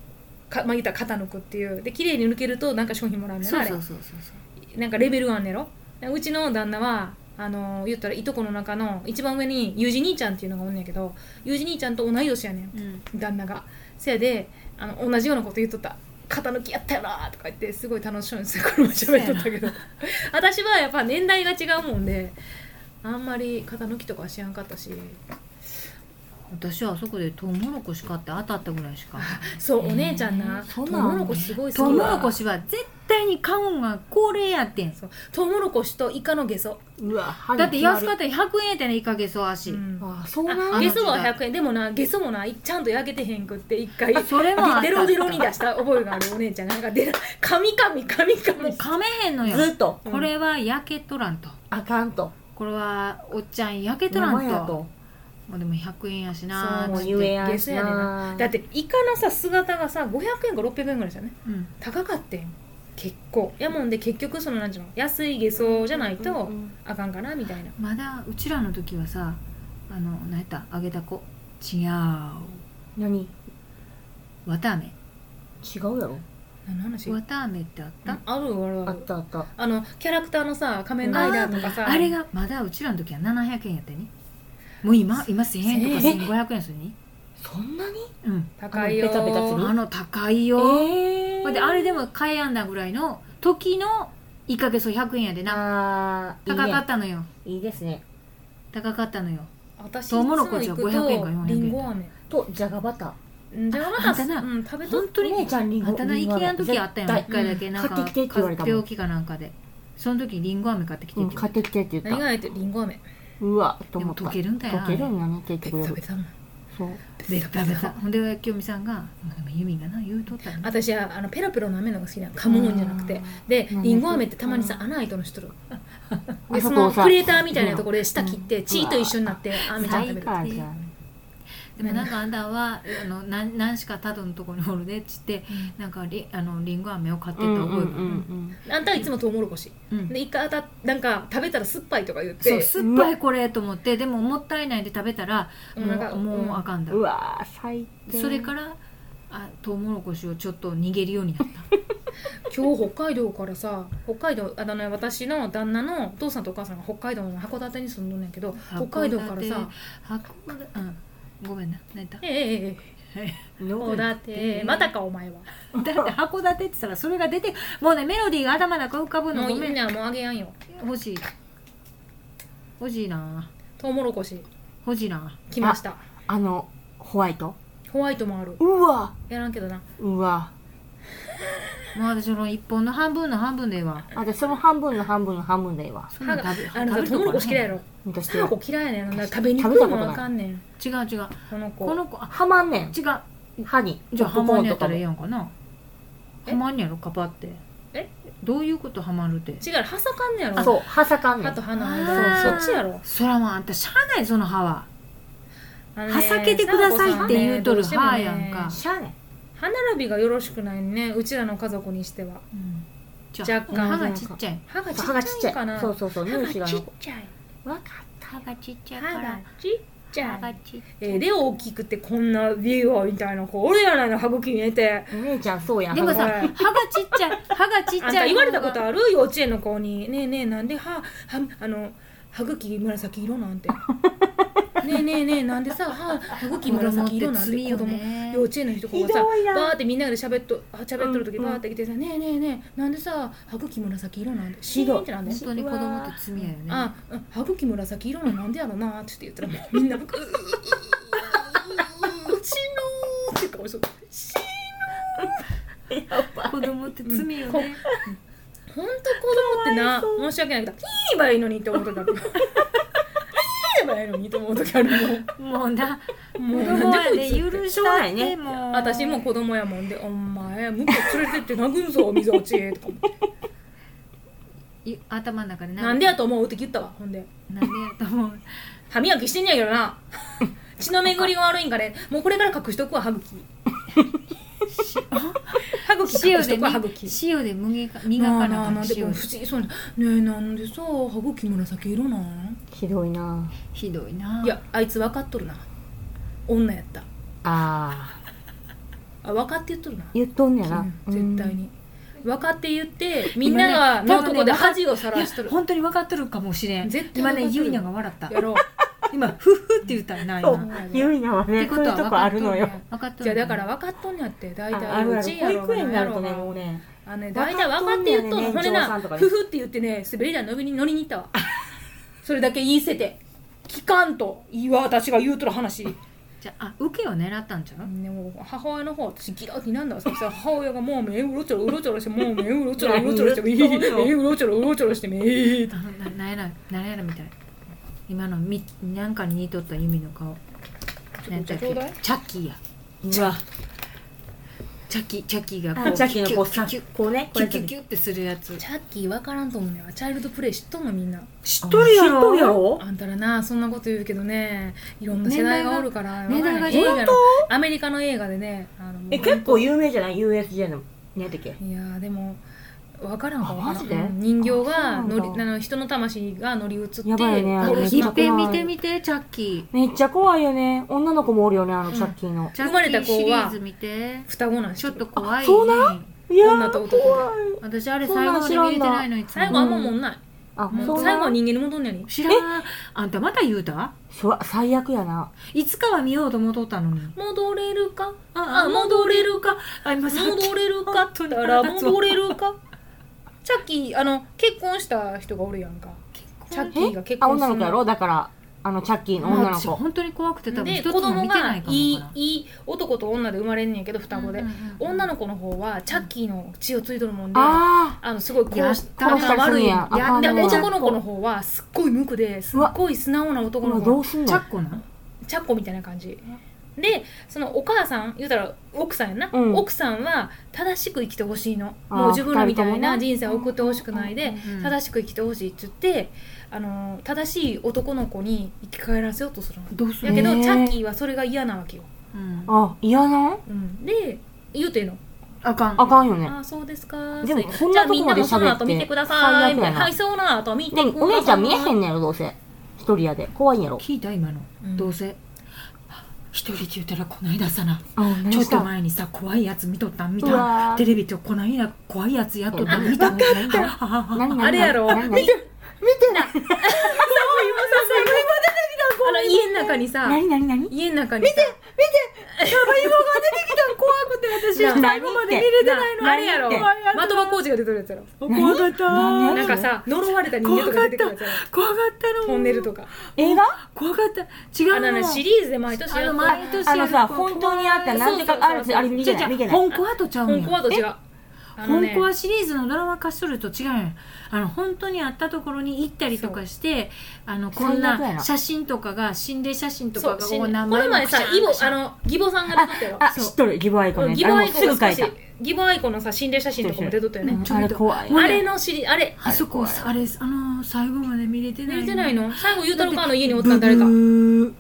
かまあ言ったら肩抜くっていうで綺麗に抜けるとなんか商品もらえるんだよ
そう
なあれ
そうそうそうそう
なんかレベルがあんねやろうちの旦那はあの言ったらいとこの中の一番上にゆうじ兄ちゃんっていうのがおんねんけどゆうじ兄ちゃんと同い年やねん
うん
旦那がせやであの同じようなこと言っとった肩抜きやったよなとか言ってすごい楽しそうにす る車喋っとったけど私はやっぱ年代が違うもんであんまり肩抜きとかは知らんかったし
私はあそこでトウモロコシ買って当たったぐらいし か
そうお姉ちゃんな、
そん
トウ
なんあんの
モロコシすごい好き
トウモロコ
わ
シは絶対に買うんが恒例やってん
そうトウモロコシとイカのゲソ、
うわ歯に
だって安か
っ
ったら100円やったらいいかげそう足、
うん
あそう
あ
なん
の
ゲ
や
ソは100円でもなゲソもないちゃんと焼けてへんくって一回
あそれもあった
デロデロに出した覚えがあるお姉ちゃんなんかデロ噛み噛み噛み噛
もう
み
噛めへんのよ
ずっと
うん
これは焼けとらんと
あかんと
これはおっちゃん焼けとらん
生
と
やと
まあでも100円やしな
そ
ー
う
も
っ
う
つ
言え
って、
やん
ゲ
し
ソやねん
な
だってイカのさ姿がさ500円か600円ぐらいしたね
うん、
高かってん結構やもんで結局そのなんちゅうの安いゲソじゃないと
うん
あかんかなみたいな
まだうちらの時はさあの何やった揚げたこ違う
何違
わたあめ
うやろ
何の話
わたあめってあった、
あるある
あ
あ
っ
る
たあった
あのキャラクターのさ仮面ライダーとかさ
あれがまだうちらの時は700円やったよねもう今今1000円とか
1000
1500円するに
そんなに
うん
高いよ
あのベタベタする
あの高いよ
え
ほんであれでも買えやんだぐらいの時の1か月100円やでな
あーいい
高
ね
かったのよ
いいですね
高かったのよ
私いつ
トウ
も
モロ
行
コ
く
シは
と
500円か400円
リンゴ飴
とじゃがバター
うんじゃがバタ
あんたな
ーうん食べと
本当
お姉
に
ちゃんリンゴ
あんたな
リン
行
ゴ
きやん時あったやん
絶
一回だけ
うん
なんか
買ってきてって言われたもん
病気かなんかでその時りんご飴買ってきて
対う
っ
ん
て
買ってきてって言
何
っ
が
た
ないってリンゴ飴
うわと
で
思
も
った
溶けるんだよ
溶けるんやね結局
ベタベタな
そう
ベタベタほんで清美さんが「まあでもユミがな言うとったよね
私はあのペロペロ舐めるのが好きなの噛むもんじゃなくてで
うん
りんご飴ってたまにさ穴開いとるのしとる
あ
で
そ
そ
こを
の
さ
クレーターみたいなところで下切っ
う
て
ん
チーと一緒になって飴ちゃん食べる
最高じゃん
でもなんかあんたはあのなん何しかたどのとこにおるでっつってなんかりあのりんご飴を買って
う
った
んう
覚え
ん
があ
う
る
ん
あんたはいつもトウモロコシ
うん
で一回あたなんか食べたら酸っぱいとか言っ
そう
て
酸っぱいこれと思ってでももったいないで食べたら
う
も
んなんか
うもうあ
う
かん
う
だ
んうわー最低
それからあトウモロコシをちょっと逃げるようになった
今日北海道からさ北海道あだね私の旦那のお父さんとお母さんが北海道の函館に住んどんねんけど 北海道からさ
函館うんごめんな何 だ
ええええええ
の
函館またかお前は
だって函館って言ったらそれが出てもうねメロディーが頭の中浮かぶの
もう
ご
み
め
ん
ん
なもうあげやんよ
欲しい欲しいな
トウモロコシ
欲しいな
来ました
あのホワイト
ホワイトもある
うわ
やらんけどな
うわ
もう私その一本の半分の半分でええわ
あでその半分の半分の半分でいいわ
そん
歯
なん
が
食べ
あの
食べ
トウモロコシ嫌いやろ
私
タ
は
コ嫌いやねんなんか食べにく
食
い
べたこと
も
ない
わかんねん
違う違う
この子
この子あ
はまんねん
違う
歯に
じゃあハマんやったらええ
よ
やんかな
え
ハマんやろカパって
え
どういうことハマるって
違う歯さかんねやろ
そうはさかんね
歯
ん
と歯の間
あ
そ
ー
うそっちやろ
そらもうあんたしゃあないその歯は
あのね
はさけてくださいって言うとる
サーコさんね
歯やんか
どうして
しゃ
もね
あね
歯並びがよろしくないねうちらの家族にしては
じゃあ
若干
歯がちっちゃい
歯がち
歯がち
っ
っ
ち
ち
ゃいか
ゃ
ない
そうそうそう
歯
乳
がち
歯
っ
が
ちゃい
わかった
歯がちっちゃい
歯がちっちゃい
ちっちゃ
えーで大きくてこんなビューアーみたいな子おるやないの歯茎見えて
お姉ちゃんそうやん
でもさ
はい
歯がちっちゃい歯がちっち
あん
ゃ
た
い
言われたことある幼稚園の子に「ねえねえなんで歯歯あの歯茎紫色なんて」「ねえねえねえなんでさ歯歯茎紫色なんて」子供幼稚園の人とか
ひ
がさ
どいな
バーってみんなで喋っとあ喋っとる時
うん
バ
うん
ーって来てさ「ねえねえねえなんでさ歯茎紫色なんてシ
ひ
ー
どい
ンってなんで?」
本当に子供って罪やよね
あうん歯茎紫色のなんでやろなって言ったらもうみんな「うーうー死ぬ」って顔しとった「死ぬ」
供って罪よ
こ
ね。
ほんと子供ってな申し訳ないけど「いいばいいのに」って思う時あるよいいばいいのにって思う時あるよ
もうな、
も
子
う
供
なん
や
でこい
で
つ
許したってもう。
私も子供やもんで「お前向こう連れてって殴んぞ水落ち」とか思って
い頭の中で
「なんでやと思う?」って言ったわほんで
なんでやと思う。
「歯磨きしてんねやけどな血の巡りが悪いんかねもうこれから隠しとくわ歯茎」歯茎隠
塩
しと
で
く
み
わ歯茎
塩で磨か磨かなあか
あ
ん
ーで
塩
も
で
不思議そうに「ねえなんでさ歯茎紫色なん?」
ひどいな
ひどいない
やあいつ分かっとるな女やった
ああ
あ分かって言っとるな
言っとんねやな
絶対に分かって言ってみんなが
今ね
のとこで恥をさ
い
ら
や
しとる
本当に分かってるかもしれん
絶対
今
分か
ね
っとる
ゆいなが笑った
やろう
今フフって言ったらないな
そ
っ
うゆいなは
て
ね
こ
そう
と
いう
は
と
分
こ
か
あ
っと
る
ん
の
や
よ
分かっとる
じゃあだから分かっとんやって大体
ああるあ
う
る
ちやろ
保育園になるとね
なんやろ
もうね
あのね大体分かって言っとる
分
ほ
か
ん
っとんやね
で
年長さ
なん
とかね
ふふって言ってね滑り台乗りに乗りに行ったわそれだけ言い捨てて聞かんといいわ私が言うとる話
じゃああ受けを狙ったんちゃう
でも母親の方私ギラってなんだわそしたら母親がもう目うろちょろうろちょろしてもう目うろちょろうろちょろして目
何言うの
うろちょろうろちょろして目
あななんやらなんやらみたい今のみなんかに似とった由美の顔
ちょっとお茶ちょうだい
チャッキーや
うわ
チャッキーチャッキーが
あチャッキーのこう
キュ
さ
ッキュッ
こうねこ
キュ
う
ッ
やっ
キ
て
ュッキュッキュッってするやつ
チャッキー分からんと思うねんチャイルドプレイ知っとんのみんな
知
っとるやろ
あんたらなそんなこと言うけどねいろんな世代がおるから
年代が
わからへん
年代
映画のアメリカの映画でねあのもう
え結構有名じゃない USJ の何やったっけ
いやーでも分からんか分から
あ
ん
マジで
うん人形
あ
が
そうな
乗
んだ
りあの人の魂が乗り移って
やばいねあれ
殺す
い
今
っぺん見てみてチャッキ
めっちゃ怖いよね女の子もおるよねあのチャッキーの
ー、チャ
生まれた
ッキーシ
子
リ
は
ーズ見て
双子なんし
ちょっと怖い、ね、
あそうないいや
女と
ー
男で
怖い
私あれ
そん
最
な
後
の
ま
知
で
らん
見
な
れてないのいつも
最後あんまもんない
あ
も
そうう
最後
な
は人間に戻んねやに
知らんあんたまた言うた
しわ最悪やない
つかは見ようと思っとったのに
戻れるか
あ
あ
あ
戻れるか
あ今さっき
戻れるかったら戻れるかチャッキーあの結婚した人がおるやんかチャッキーが
え
結
あ
婚
女の
す
子や
る
ろだからあのチャッキーの女の
私
子
本当に怖くて多分
で
一つも
子供
見て
が
ない
い
かも
いいい男と女で生まれんねんけど双子で、
うんうんうんうん
女の子の方はチャッキーの血をついとるもんであ
あ
のすごいこう
やっ
頭
殺したりするん
悪い
や
や
あかん
で
の
や
男の子の方はすっごい無垢ですっごい素直な
あ
男
も
の
うど
子
うすん
チャ
の
ッコな
チャッコみたいな感じでそのお母さん言うたら奥さんやな、
うん
奥さんは正しく生きてほしいの
あー
もう自分らみた
二人と
い
も
な
ね
人生を送ってほしくないで、
うんうん
正しく生きてほしいっつってあの正しい男の子に生き返らせようとするの
どうす
や
る
けど、
へー
チャッキーはそれが嫌なわけよ、
うん
あ嫌なん
うん、で言うてんの
あかん
あかんよ
「
ね
ああそうですか」
でも
って
こん
じゃ
な
あ
とこ
みんな
まで
もその
喋っ
後
て
見てください」みた
最悪や
いな「
な
はいその後見てく
で
ださい」
お姉ちゃん見えへんねやろどうせ一人やで怖いんやろ
聞いた今の
うん
どうせ一人って言ったらこないださな
あ何
ちょっ
した
と前にさ怖いやつ見とったん見
う
た
わー
テレビとこないだ怖いやつやっとったん見た
あ
あ
分か
あああ
何何
あれやろ
何何
あの家の中にさ
何何何
家の中に見て見てサバイボが出てきた怖くて私
何って
れてないのあれやろ
何
的場浩二が出てるやつやろ
怖かった
何
なんかさ呪われた人間とか出てくるやつやろ
怖かったの
トンネルとか
映画
怖かった違う
あのあのシリーズで毎年
あ
や
の
っ
毎年
あのさ
やる子
本当にあったなんでか
そうそう
あ
そうそう
るあれ見て
違う
ない
違う
見てない
本コアとちゃ
た
うん
本
や
コはと違うあの
本
ね
コアシリーズのドラマ化しとると違うんやあの本当にあったところに行ったりとかしてあのこん
最悪や
な
な
写真とかが心霊写真と
そ
か
う
が
し
こうん名
こ
前
の前さイボあの義母さんが出とったやろ
あ
そう
知っとるギブアイコンね
義
あ
母
も
ア
う
イコ
す
ン
ぐ書
が
い
少
た
し義母アイコンのさ心霊写真とかも出とったよ
う
ね
んあれ怖い
あれのシリあれ
あそこあれあの最後まで見れてない
見れてない
の
の最後ゆうたろかの家におったん誰か
ブブー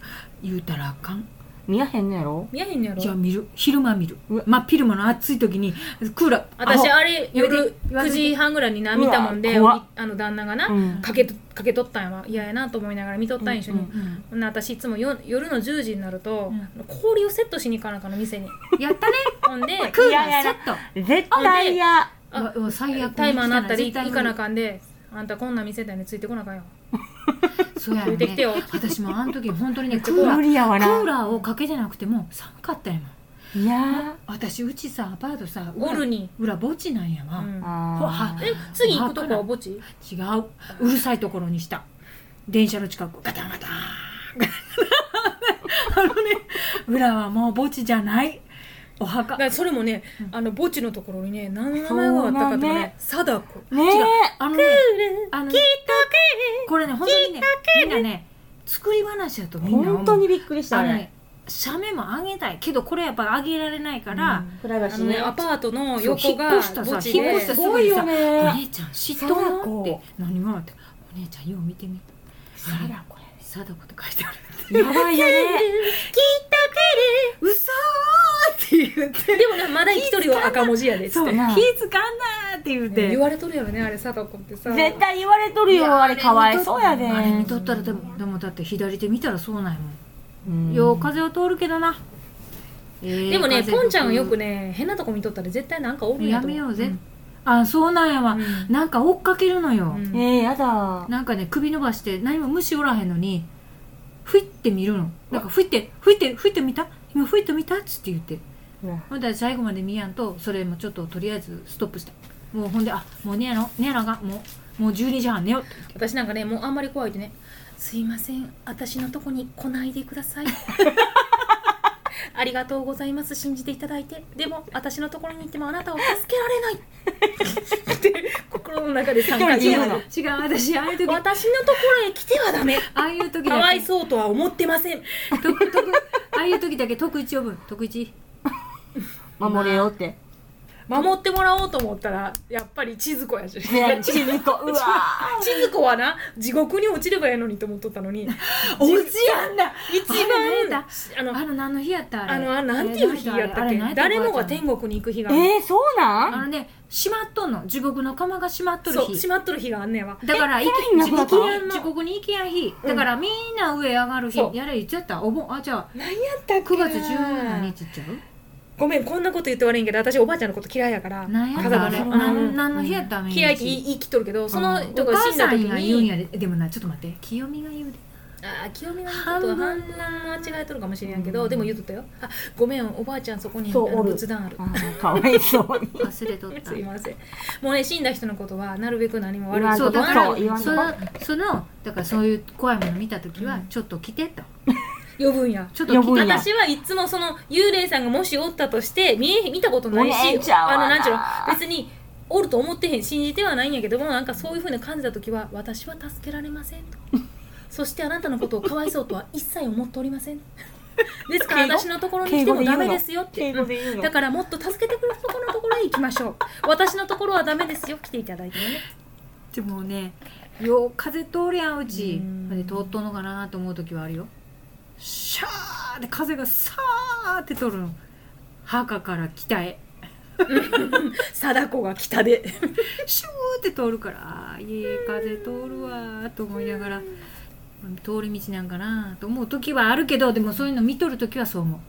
言うたらあかん
見やへんのやろ
見えへんのやろ
じゃあ見る昼間見る
うわ
真っ昼間の暑い時にクーラー
私
あ
あれ
やめて
夜
やめ
9
て
時半ぐらいにな見たもんで
うわ怖っ
あの旦那がな、
うん
かけとかけとったんやわ嫌やなと思いながら見とったんや一緒に、
うんうん
ほんな私いつもよ夜の10時になると、
うん
氷をセットしに行かなあかんの店に
や ったね
ほんで
クーラ
いや
ー
い
セ
や
ット
絶対や
あ
うわうわ最悪
タイマーなったり
絶対
行
無理
かなあかんであんたこんな店だよねついてこなあかんよ
そうや
ついてきて
ね
よ
私もあの時本当 にねクーラー
無理やわ
ク
な
ーラーをかけてなくても寒かったよ
いや
私うちさアパートさ
おるに、
裏墓地なんや
う
わ、
ん
ー、
ほは
あー
え次行くとこは墓地
違ううるさいところにした電車の近くガタンガタンあのね裏はもう墓地じゃないお墓
だからそれもね、あの墓地のところにね何の名前があったか
そうだ
とかね
ね
貞子
ねえ
違う
あのねあのねこれね本当にねみんなね作り話やとみんな思う
本当にびっくりした
あ
あ
の
れ
ね写メもあげたいけどこれやっぱあげられないから、
プライバ
あ
シ
の
ー
ね
ね
アパートの
そう
横が
引っ越したさ
墓地
引っ
で
越した
すごいよ
お
ね
姉ちゃん知っとん
貞
の
子
って何がってお姉ちゃんよう見てみ
さらこ
貞子って書いてある
れやばいよ ね
嘘ーって言って
でもねまだ一人は赤文字やでっつっ
そう
て、
気
ね
な
ぃつかんなーって言うて
言われとるやろねあれ貞子ってさ
絶対言われとる
い
よ
や
あれかわいそうやで
あれ見とったらでもでもだって左手見たらそうなんやもん、
うん
よう風は通るけどな、
でもねポンちゃんはよく
ね
ね変なとこ見とったら絶対なんかおるん
や
と
め
思
ようぜ、
ん
あそうなんやわ、
うん
なんか追っかけるのよ、
うん
ええやだ
なんかね首伸ばして何も虫おらへんのにふいって見るのなんかふいってふいってふいって見た今ふいって見たっつって言ってほんだら最後まで見やんとそれもちょっととりあえずストップしたもうほんであもう寝やろ寝やらがもうもう12時半寝ようって
私なんかねもうあんまり怖いでね「すいません私のとこに来ないでください」「ありがとうございます信じていただいてでも私のところに行ってもあなたを助けられない」って心の中で3回
で
言
も
う
違う
の
違
の
う私ああいう時あ
私のところへ来てはダメ
あいう時
か
だ
わ
け
いそうとは思ってません
特特ああいう時だけ特一呼ぶ特一
守れよって
守ってもらおうと思ったらやっぱり千鶴子やし
ねちずこうわー
千鶴子はな地獄に落ちればええのにと思っとったのに
おうちやんな
一番
あれ
あ
だ
の
あの何の日やったあれ
あのあなんていう日やったっけ誰もが天国に行く日がある
えー、そう
あ
なん
のね閉まっとんの地獄の釜が閉まっとる
そう
日
閉まっとる日があんねやわ
だから行
い
け
な
地
くなった
獄やんの地獄に行けやん日だからみんな上上がる日
そう
やれ言っちゃったお盆あじゃあ
何やったっけ
9月17日っちゃ
ごめんこんなこと言って悪いんけど私おばあちゃんのこと嫌いやから
うなんやったあれ
風間
な
さん
ん何の日やったみんな
嫌いって言い言い切っとるけどその人
お
が
母
死んだ
さ
時
んが言うん
に
やででもなちょっと待って清美が言うで
あー清美のことは半分間違えとるかもしれんやけどでも言うとったよあごめんおばあちゃんそこにあの
そうおる
仏壇ある
あーかわいそうに
忘れとった
すい ませんもうね死んだ人のことはなるべく何も悪い
言わん
こ
そう
と
と
だ
は
か
な
ら
そう言わんと
そのそのだからそういう怖いもの見た時はちょっと来てと
い呼ぶんや
ちょっと
呼ぶ
来
んや
て
私はいつもその幽霊さんがもしおったとして見え見たことな
お
い
姉
し
ちゃん
あ
はな
のなんちゅうの別におると思ってへん信じてはないんやけどもなんかそういうふうな感じた時は私は助けられませんと そしてあなたのことをかわいそうとは一切思っており ませんですから
敬語
私のところに来
敬
て
語
も
で言
ダ
うの
メですよって
敬語で言う
うん
の
だからもっと助けてくれるところのところへ行きましょう私のところはダメですよ来ていただい てもね
でもねよう風通るやんうち
うん
で通っとんのかなと思う時はあるよシャーって風がさーって通るの墓から北へ
貞子が北で
シューって通るからあーいい風通るわーと思いながら通り道なんかなと思う時はあるけどでもそういうの見とる時はそう思う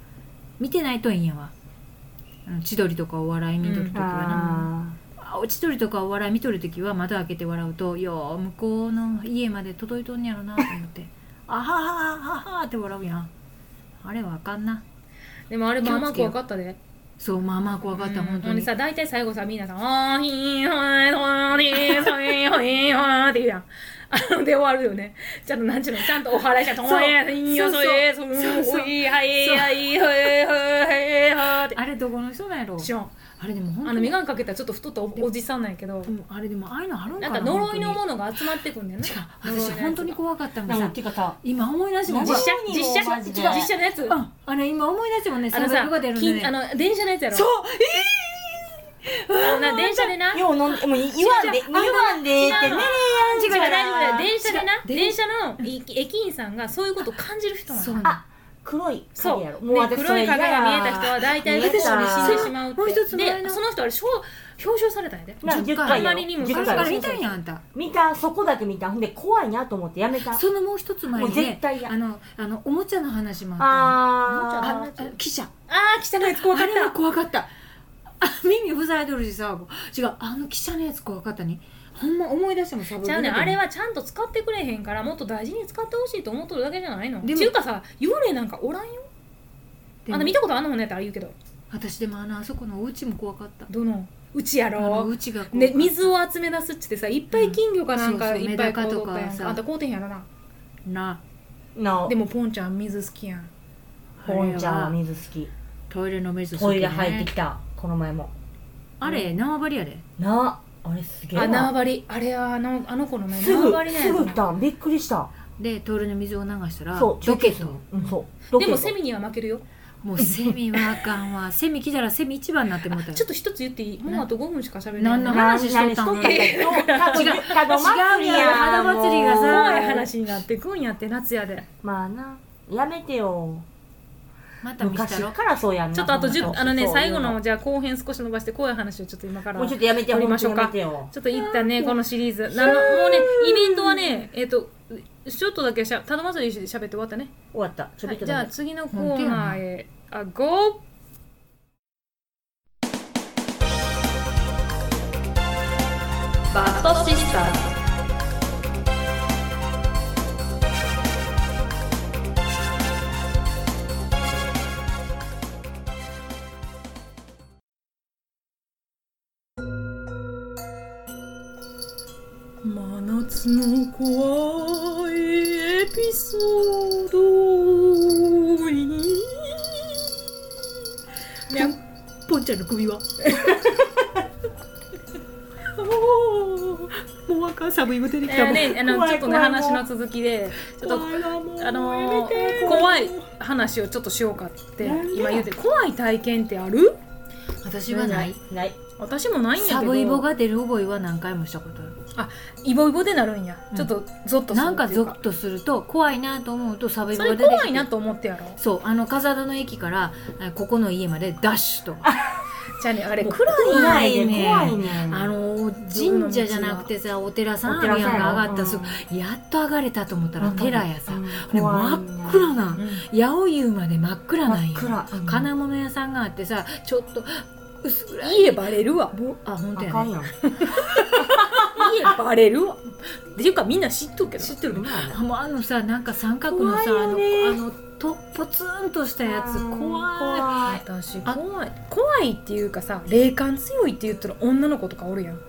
見てないといいんやわあの千鳥とかお笑い見とる時はな、
あ
あ落ちとりとかお笑い見とるときは窓開けて笑うとよう向こうの家まで届いとんねやろなと思って あははははって笑うやんあれはあかんな
でもあれまあまあ怖かったで
そうまあまあ怖かった
うん
本
ほ
当
んで
に
さ大体最後さみんなさ「あーひーほーほーひーほーほーほー」って言うやんあので終わるよねちゃんとなんちゅうのちゃんとお祓いしたと
そ
「
う
ほえーひーほ
そうそう
ーほー
そう
ほ
そう
ーはいはいほーほーほーほー」って
あれどこの人なんやろ
知らん
あれでも本
あ
当
の
に
眼鏡かけたちょっと太ったおおじさんなんやけど
うんあれでもああいうのあるん
な
か
ん
な
か呪いのも
本
のが集まってくんだよね
当に違う私本当に怖かったも
ー
ん
でも
さ
っていうかさ
今思い出しても
なん
実
か
写
怖いよ
実写
マジで
実写のやつ
ああれ今思い出してもね
あ
サ
の
ブリ
さ
ムが出るんで
金あ
ね
の電車のやつやろ
そう
あのな電車でな
よう飲んでもう言わんで言わんでーってね
違う
えやん
大丈夫だ
違
よ
う
電車でな
違う
電車の駅駅員さんがそういうことを感じる人
え
な
そう
の
なの
黒い
そう、
影
ね
やろ、もう私そ
黒
れ
い
嫌
影
や
が見えた人は大体
見え
ここ
た
に死んでしまうって
もう一つ前
で
の
その人あれ賞表彰されたんやで
な
10
10
回
回
あまりにも
10
だ
回
から
そうそうそう
見たんやあんた
見たそこだけ見たほんで怖いなと思ってやめた
そのもう一つ前に
もう絶
ね
対嫌
あのあのおもちゃの話もあったの
あ
ああ記者
あー汚いやつ怖か
あ
っ
れは怖かったあ耳ふざいとるしさ違うあの記者のやつ怖かったねほんま思い出してもサブ
たじゃあねんあれはちゃんと使ってくれへんからもっと大事に使ってほしいと思っとるだけじゃないのって
でも
いうかさ幽霊なんかおらんよ
で
あ
も
の見たことあんのもんやったら言うけど
私でもあのあそこのお家も怖かった
どのうちや
あの
ろ
うちが怖かった
ね、水を集め出すっつってさいっぱい金魚かなん
うん
か
そうそう
いっぱい買うと
メダカと
か
かさ
あんた買うてへんやろな
な
な
でもポンちゃん水好きやん
あれは
ポンちゃんは水好き
トイレの水
トイレ
好きね
入ってきたこの前も
あれ縄張りやで
なああれすげえ
あ
な
縄張りあれはあのあの子のね
す
縄
ぐ
張りなん
す
や
ぐ
ろ
打っ
な
たんびっくりした
でトイレの水を流したら
そ
ロ
う
ケ
中継
と
するうんそうロケ
で
と
もセミには負けるよ
もうセミはあかんわセミ来たらセミ一番になってもうたよ
ちょっと一つ言っていいもうあと5分しか喋れな
ないんの
怖
話しとったの
何しとったんやけど
違う
多分多分祭り
違う
や
よ肌祭りがさ
もう
い話になってくんやって夏やで
まあなやめてよ
また見せた
昔
ろ
からそうやんな
ちょっとあと
ほん
10あのね
そう
最後
そ
の
う
じゃあ後編少し伸ばして怖い話をちょっと今から
もうちょっとやめてよ
撮りましょうか
ほんとやめてよ
ちょっといったねこのシリーズなのもうねイベントはねえっ、とちょっとだけしゃ頼まずに喋って終わったね、
終わったちょ
は
びっ
い、
と
じゃ
だ
あ
け
次のコーナーへあゴーバッドシスター
真夏の怖いエピソード
にゃん
ポンちゃんの首はもうあかん寒いも出てき
え
た
ー
もん、
ね、あの
怖い
ちょっとね
怖い
話の続きでちょっ
怖いわもう
とあの
やめて
ー怖い話をちょっとしようかって
なんで
今言うて怖い体験ってある
私はない
ない
私もないんやけど
サブイボが出る覚えは何回もしたことある
イボイボでなるんや、
うん
ちょっとゾッとするっていう
なんかゾッとすると怖いなと思うとサブイ
そ
ボが
れ
出てきて
怖いなと思ってやろ
そうあの笠田の駅からあここの家までダッシュとか
じゃあねあれ
もう
暗い
な
怖
い
い
ね
ね怖いね
あの神社じゃなくてさお寺さんあるやんか上がったらすぐやっと上がれたと思ったら寺やさ、
うん
で
怖い
真
ね
っ暗な
うん
八百湯まで真っ暗なんよ
真っ暗うん
金物屋さんがあってさちょっと薄暗い
家バレるわ
ぼあ本当
あ
や
かん
ね
やん
家バレるわっていうかみんな知っとるけど
知ってる
あもうあのさなんか三角のさあの
怖いよ
あのとポツンとしたやつ怖い
怖い
私
あ
怖い怖いっていうかさ霊感強いって言ったら女の子とかおるやん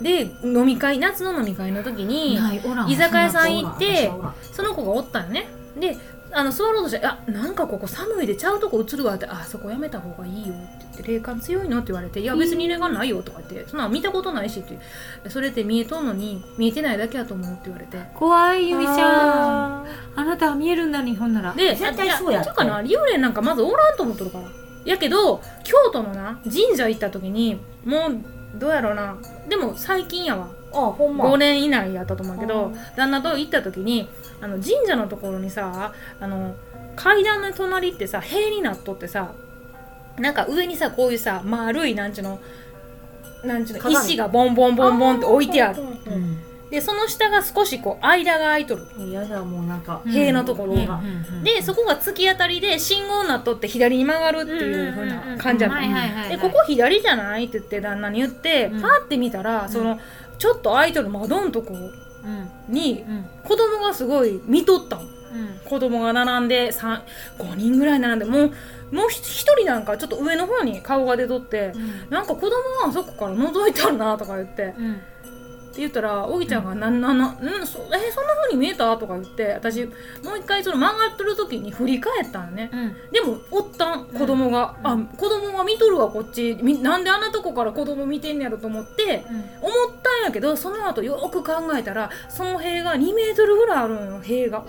で飲み会夏の飲み会の時に
ないおらん
居酒屋さん
そな
行ってその子がおったんよねであの座ろうとして「あなんかここ寒いでちゃうとこ映るわ」って「あそこやめた方がいいよ」って言って「霊感強いの?」って言われて「いや別に霊感ないよ」とか言って「そんなん見たことないし」って「それって見えとんのに見えてないだけやと思う」って言われて
怖いゆみちゃん
ん
あなたは見えるんだ日本なら
で
絶対そうやっ
っ
てて
うかな幽霊なんかまずおらんと思っとるからやけど京都のな神社行った時にもうどうやろうなでも最近やわ
あほんま
5年以内やったと思うけ
う
ど
ん
旦那と行った時にあの神社のところにさあの階段の隣ってさ塀になっとってさなんか上にさこういうさ丸いなんちゅうのなんちゅうの
鏡
石がボンボンボンボンって置いてある
る
でその下が少しこう間が空いとる
嫌だもうなんか
うん
塀のところ
うん
が。
で
でそこが突き当たりで信号になっとって左に曲がるっていう風な感じやった
はいはいはいはい
でここ左じゃないって言って旦那に言って、
うん
パーって見たら、
ん
そのちょっとアイドル窓のとこ
うん
に
うん
子供がすごい見とったん
うん
子供が並んで5人ぐらい並んでもうもう一人なんかちょっと上の方に顔が出とって、なんか子供があそこから覗いたるなとか言って
うんうん
って言ったらおぎちゃんが「なななうんそえそんな風に見えた?」とか言って私もう一回その曲がってる時に振り返ったんね
うん
でもおったん子供が、
うん
あ子供が見とるわこっちみなんであんなとこから子供見てんねやろと思って思ったんやけどその後よく考えたらその塀が2メートルぐらいあるんよ塀が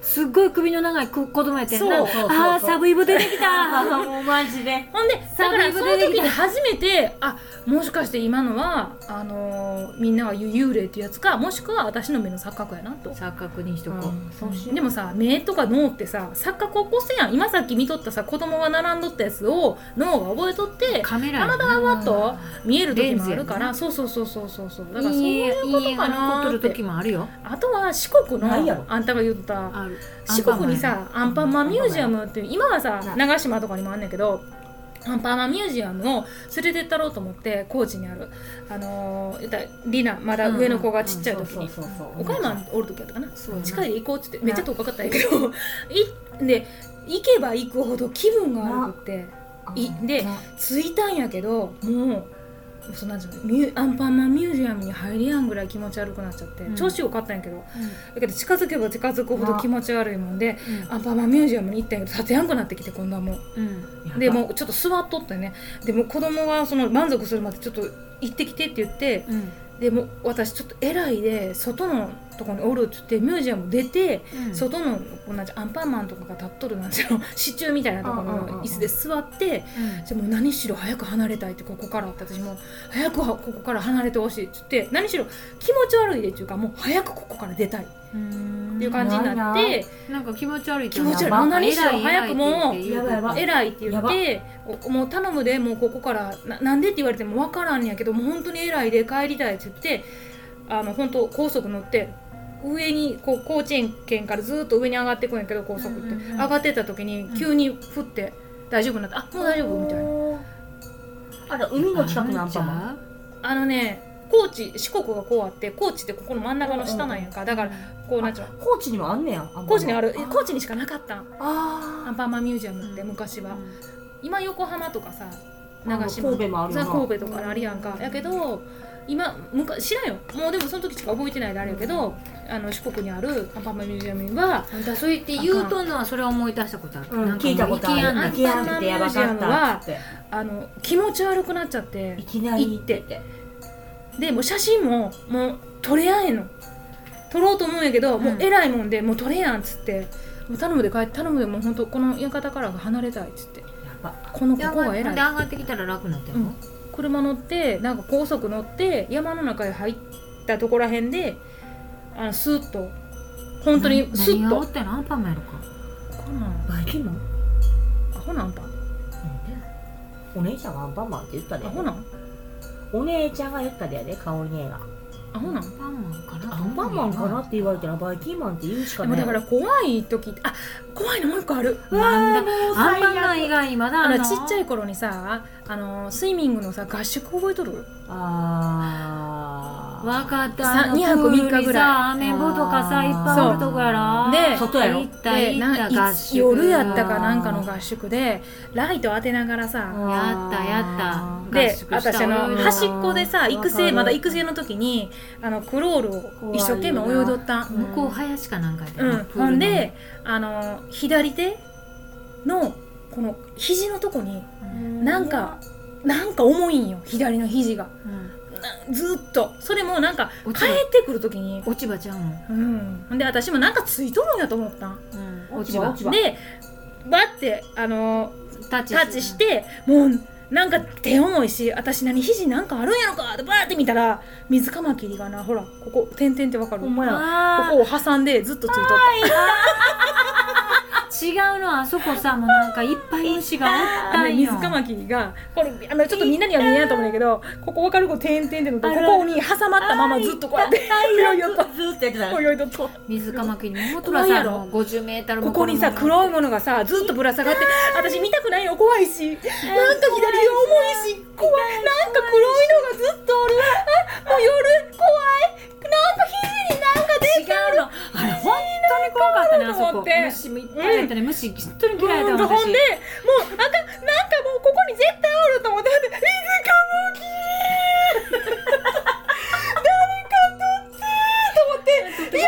すっごい首の長い子子供やってんな
そうそうそうそう
あーサブイボ出てき
あ
た
もうマジで
ほんでだからそ
サ
の
ブイブ出て
時
き
に
た
初めてあもしかして今のはあのーみんなが言う幽霊ってやつかもしくは私の目の錯覚やなと
さあ確認しとこ
うん
そうしよう
でもさ目とか脳ってさ錯覚起こすやん今さっき見とったさ子供が並んどったやつを脳が覚えとって
うカメラやな
体はと見える時もあるか
レ
らそうそうそうそうそうそうだからそう
いい
いう
えいい
こと
え
かな
撮
ーっ
る
て
時もあるよ
あとは四国
ないやろ
のあんたが言った
ある
四国にさアンパンマンミュージアムっていう今はさ
ない
長島とかにもあんねんけどアンパンマンミュージアムを連れてったろうと思って高知にあるあのー、言ったらリナまだ上の子がちっちゃい時に
そうそうそうそう
岡山おる時やったかな
そうやな
近いで行こうっつってめっちゃ遠かかったんやけど いで行けば行くほど気分が悪くっていで着いたんやけどもうそうなんじゃないミュアンパンマンミュージアムに入りやんぐらい気持ち悪くなっちゃって、
うん
調子よかったんやけどだけど近づけば近づくほど気持ち悪いもんで、アンパンマンミュージアムに行ったんやけど立てやんくなってきて今度はもう
うん
でもうちょっと座っとってねでもう子供がその満足するまでちょっと行ってきてって言って
うん
でもう私ちょっと偉いで外のとこにおるって言ってミュージアム出て、
うん
外のこうなんちゃアンパンマンとかが立っとるなんち ゃの支柱みたいなところ
うんうんうんう
の
ん
椅子で座って。
うん
じゃあもう何しろ早く離れたいってここからって私もう早くはここから離れてほしいって言って何しろ気持ち悪いでっていうかもう早くここから出たいっ
うん
ていう感じになって
なんか気持ち悪い
気持
ち悪い
何しろ早くも
やばいやば
偉いって言っておもう頼むでもうここからななんでって言われても分からんやけどもう本当に偉いで帰りたいって言ってあの本当高速乗って上にこう高知県からずっと上に上がってくんやけど高速って、
うんうんうん
上がってった時に
ん
急に降って大丈夫になって、あもう大丈夫みたいな。
あら海の近くのアンパンマン
ン
あのね高知四国がこうあって高知ってここの真ん中の下なんやんかだからこうなんちゃう
高知にもあんねや
高知にあるえ
あ
高知にしかなかったんアン
あ
パンマンミュージアムって昔は、今横浜とかさ長島
神戸もあるな
ザ神戸とかあるやんかやけど今昔知らんよもうでもその時しか覚えてないであれやけど、あの四国にあるアンパンマンミュージアムには
あんたそう言って言うとんのはそれを思い出したことある、
うん
なんか
聞いたことある
行きやんだ
行きやんく
アン
てやばか
パンマンミュージアム
った
は
っつって
あの気持ち悪くなっちゃって
いきなり行ってて
でもう写真ももう撮れやんへんの撮ろうと思うんやけど、もう偉いもんでもう撮れやんっつってもう頼むで帰って頼むでもう本当この館からが離れたいっつって
やば
このこ
で
こが
上が
偉
っ
い
で上がってきたら楽になってるの、
うん車乗ってなんか高速乗って山の中へ入ったとこらへんであのスーッと本当に
な
スッ
何が
と
おってんのアンパンマンやろか
こんなん
バイキンマン
アホなんパン
お姉ちゃんがアンパンマンって言ったで
アホなん
お姉ちゃんが言ったでやで香織姉が
アホな
ア
ん
ンパンマンかな
アンパンマンかなって言われたらバイキンマンって言うし
で
かな
も
い
だから怖い時ってあ怖いのもう一個ある
なんだ
う
アン
最悪
パンマン以外にまだ
あ
ある
の
の
ちっちゃい頃にさあのスイミングのさ合宿覚えとる
あー
若田の
さ
プ
二泊
ール
三
に
日ぐらい
さアメボとかさいっぱいおるとこやろ
そうで
外やろ
行った
でな
行った合
いつ
宿
夜やったかなんかの合宿でライト当てながらさ
やったやった合
で
宿した
私あの
俺ら
端っこでさ
わかる
育成まだ育成の時にあのクロールを一生懸命泳いどったん
向こう林かなんかやった
う
よ
ん
なプー
ほ
ルの
んであの左手のこの肘のとこになんかなんか重いんよ左の肘が
うん
なずーっとそれもなんか帰
落ち
っ
る
てくる時に
落ち葉ちゃうの
うんほんで私もなんかついとるんやと思ったん
落ち葉落ち葉
でバッてあの
タッチ
タッチしてもうなんか手重いし私何肘なんかあるんやろかってバーって見たら水カマキリがなほらここ点々ってわかる
ほ
こ
んまや
こ
あ
を挟んでずっとついとった
ー違うのあそこさもうなんかいっぱい虫がおった
あの
んよ
水かまきがこれあのちょっとみんなには見えないと思うんだけどここ分かるこう点々ってのとこ
ある
こに挟まったままずっとこうやって泳いよっと
ずーっとやってた
泳いどっと
水かまきにもと
怖
ら
いや
さ
ろ
もう50メートル
ここにさ黒いものがさずっとぶら下がって私見たくないよ怖いしなんか左が重いし怖いなんか黒いのがずっとおるあもう夜怖いなんか肘になんか出
違うのあれ本当に怖かったねあそ
思
こ
って
虫もいっぱいやったね虫本当に嫌いだ
ほんと
わ
ほん
私
でもうあかんなんかもうここに絶対おると思って水かまき誰か取ってと思っていや取ってって言ったのに用意し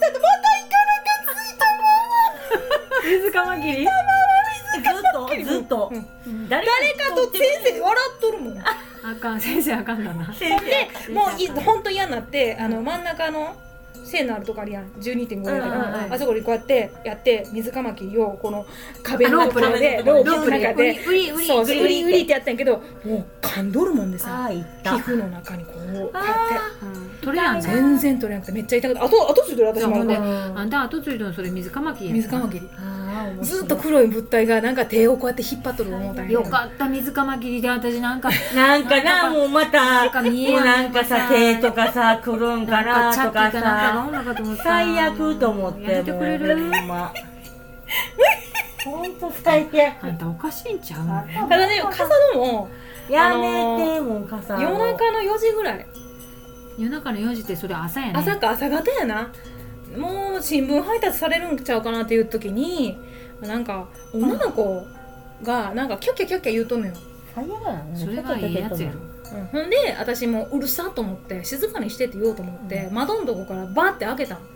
たとまた行かなきゃついた
水かまきり ずっとずっと誰
誰かと先生で笑っとるもんで
あかん先生あかんだな
もういほんと嫌になってあの真ん中の線のあるとこあるやん12.5やったか
うんうんうん
なあそこでこうやってやって水かまきをこの壁
あ
の
ロー
とこ
プ
ろでロープの中
ウリ
で
ウリウリ
そうそうウリウリっ
って
やったんやけどもう噛んどるもんでさ
ああ行っ
皮
た
膚の中にこうこうやって
うん取れやん
て
ね
全然取れなくてめっちゃ痛かったあとあとついてる
じ
私
ゃあ
も
ほ
あ
んで
の
あんた後ついたのそれ水かまきや
水かまきり
ああ
ずっと黒い物体がなんか手をこうやって引っ張っとる思うたんやけど
よかった水かまきりで私なんか
なんかなもうま
な
た
んか見え
もうなんかさ手とかさくるんか
なん
な
かチャッ
と
キーか
か
なんかがお
さ
んのかと思った
最悪と思って
やめてくれる
もうほんまほんと不快系
あんたおかしいんちゃう
ただね傘のも
やめてもう傘を
夜中の4時ぐらい
夜中の4時ってそれ朝やね
朝か朝方やなもう新聞配達されるんちゃうかなっていう時になんか女の子がなんかキャッキャキャッキャ言うとんのよ
最悪だな
それがええやつやろ
うんほんで私もううるさと思って静かにしてって言おうと思って、窓のとこからバーって開けたのだか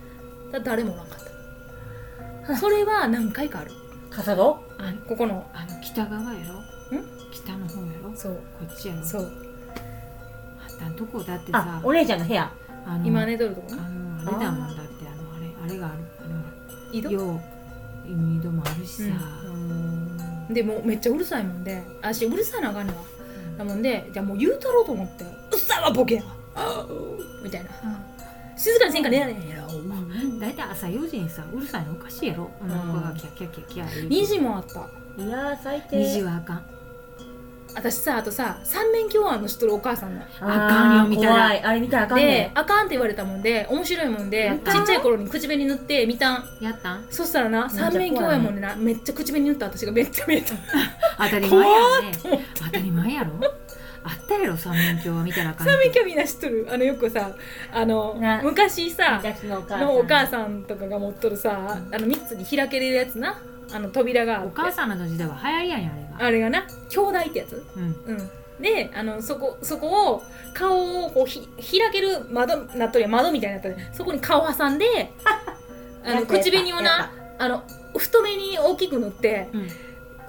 ら誰もおらんかったそれは何回かある
傘が
あここの
あの北側やろ
ん
北の方やろこ
そう
っちやろ
そう
あんたんとこだって
あ
さ
お姉ちゃんの部屋
あの
今寝とるとこ
あ
ね
のあれだもんだってあのあれあれがある
移
あの
動
よう二度もあるしさ、
でもうめっちゃうるさいもんで私うるさいなあかんねんわなもんでじゃあもう言うたろうと思って「うっさいわボケや!あー」みたいな静かにせんからやれんやろ
だいたい朝4時にさうるさいのおかしいやろ女の子がキャッキャッキャッキャッ
2時もあった
いやー最低
2時はあかん
私さあとさ三面鏡あんの知っとるお母さんの
あ
あかんよ
ー
見たら
怖いあれ見たらあかん
で
ね
あかんって言われたもんで面白いもんで
やった
ちっちゃい頃に口紅塗ってみたん
やったん
そしたらな
めっちゃ
三面鏡やもんねなめっちゃ口紅塗った私がめっちゃ見えた
当たり前やね当たり前やろあったやろ三面鏡は見たらあかん
三面鏡みんな知っとるあのよくさあの
な
昔さ
昔のお母さん
のお母さんとかが持っとるさあの3つに開けれるやつなあの扉があって
お母さんらの時代は流行りやねんあれが
あれがな兄弟ってやつ
うん
うんであのそこそこを顔をこうひ開ける窓なっとるやん窓みたいになっとるやんそこに顔挟ん であ
や
の
ったやった
口紅を
や
なあの太めに大きく塗って
うん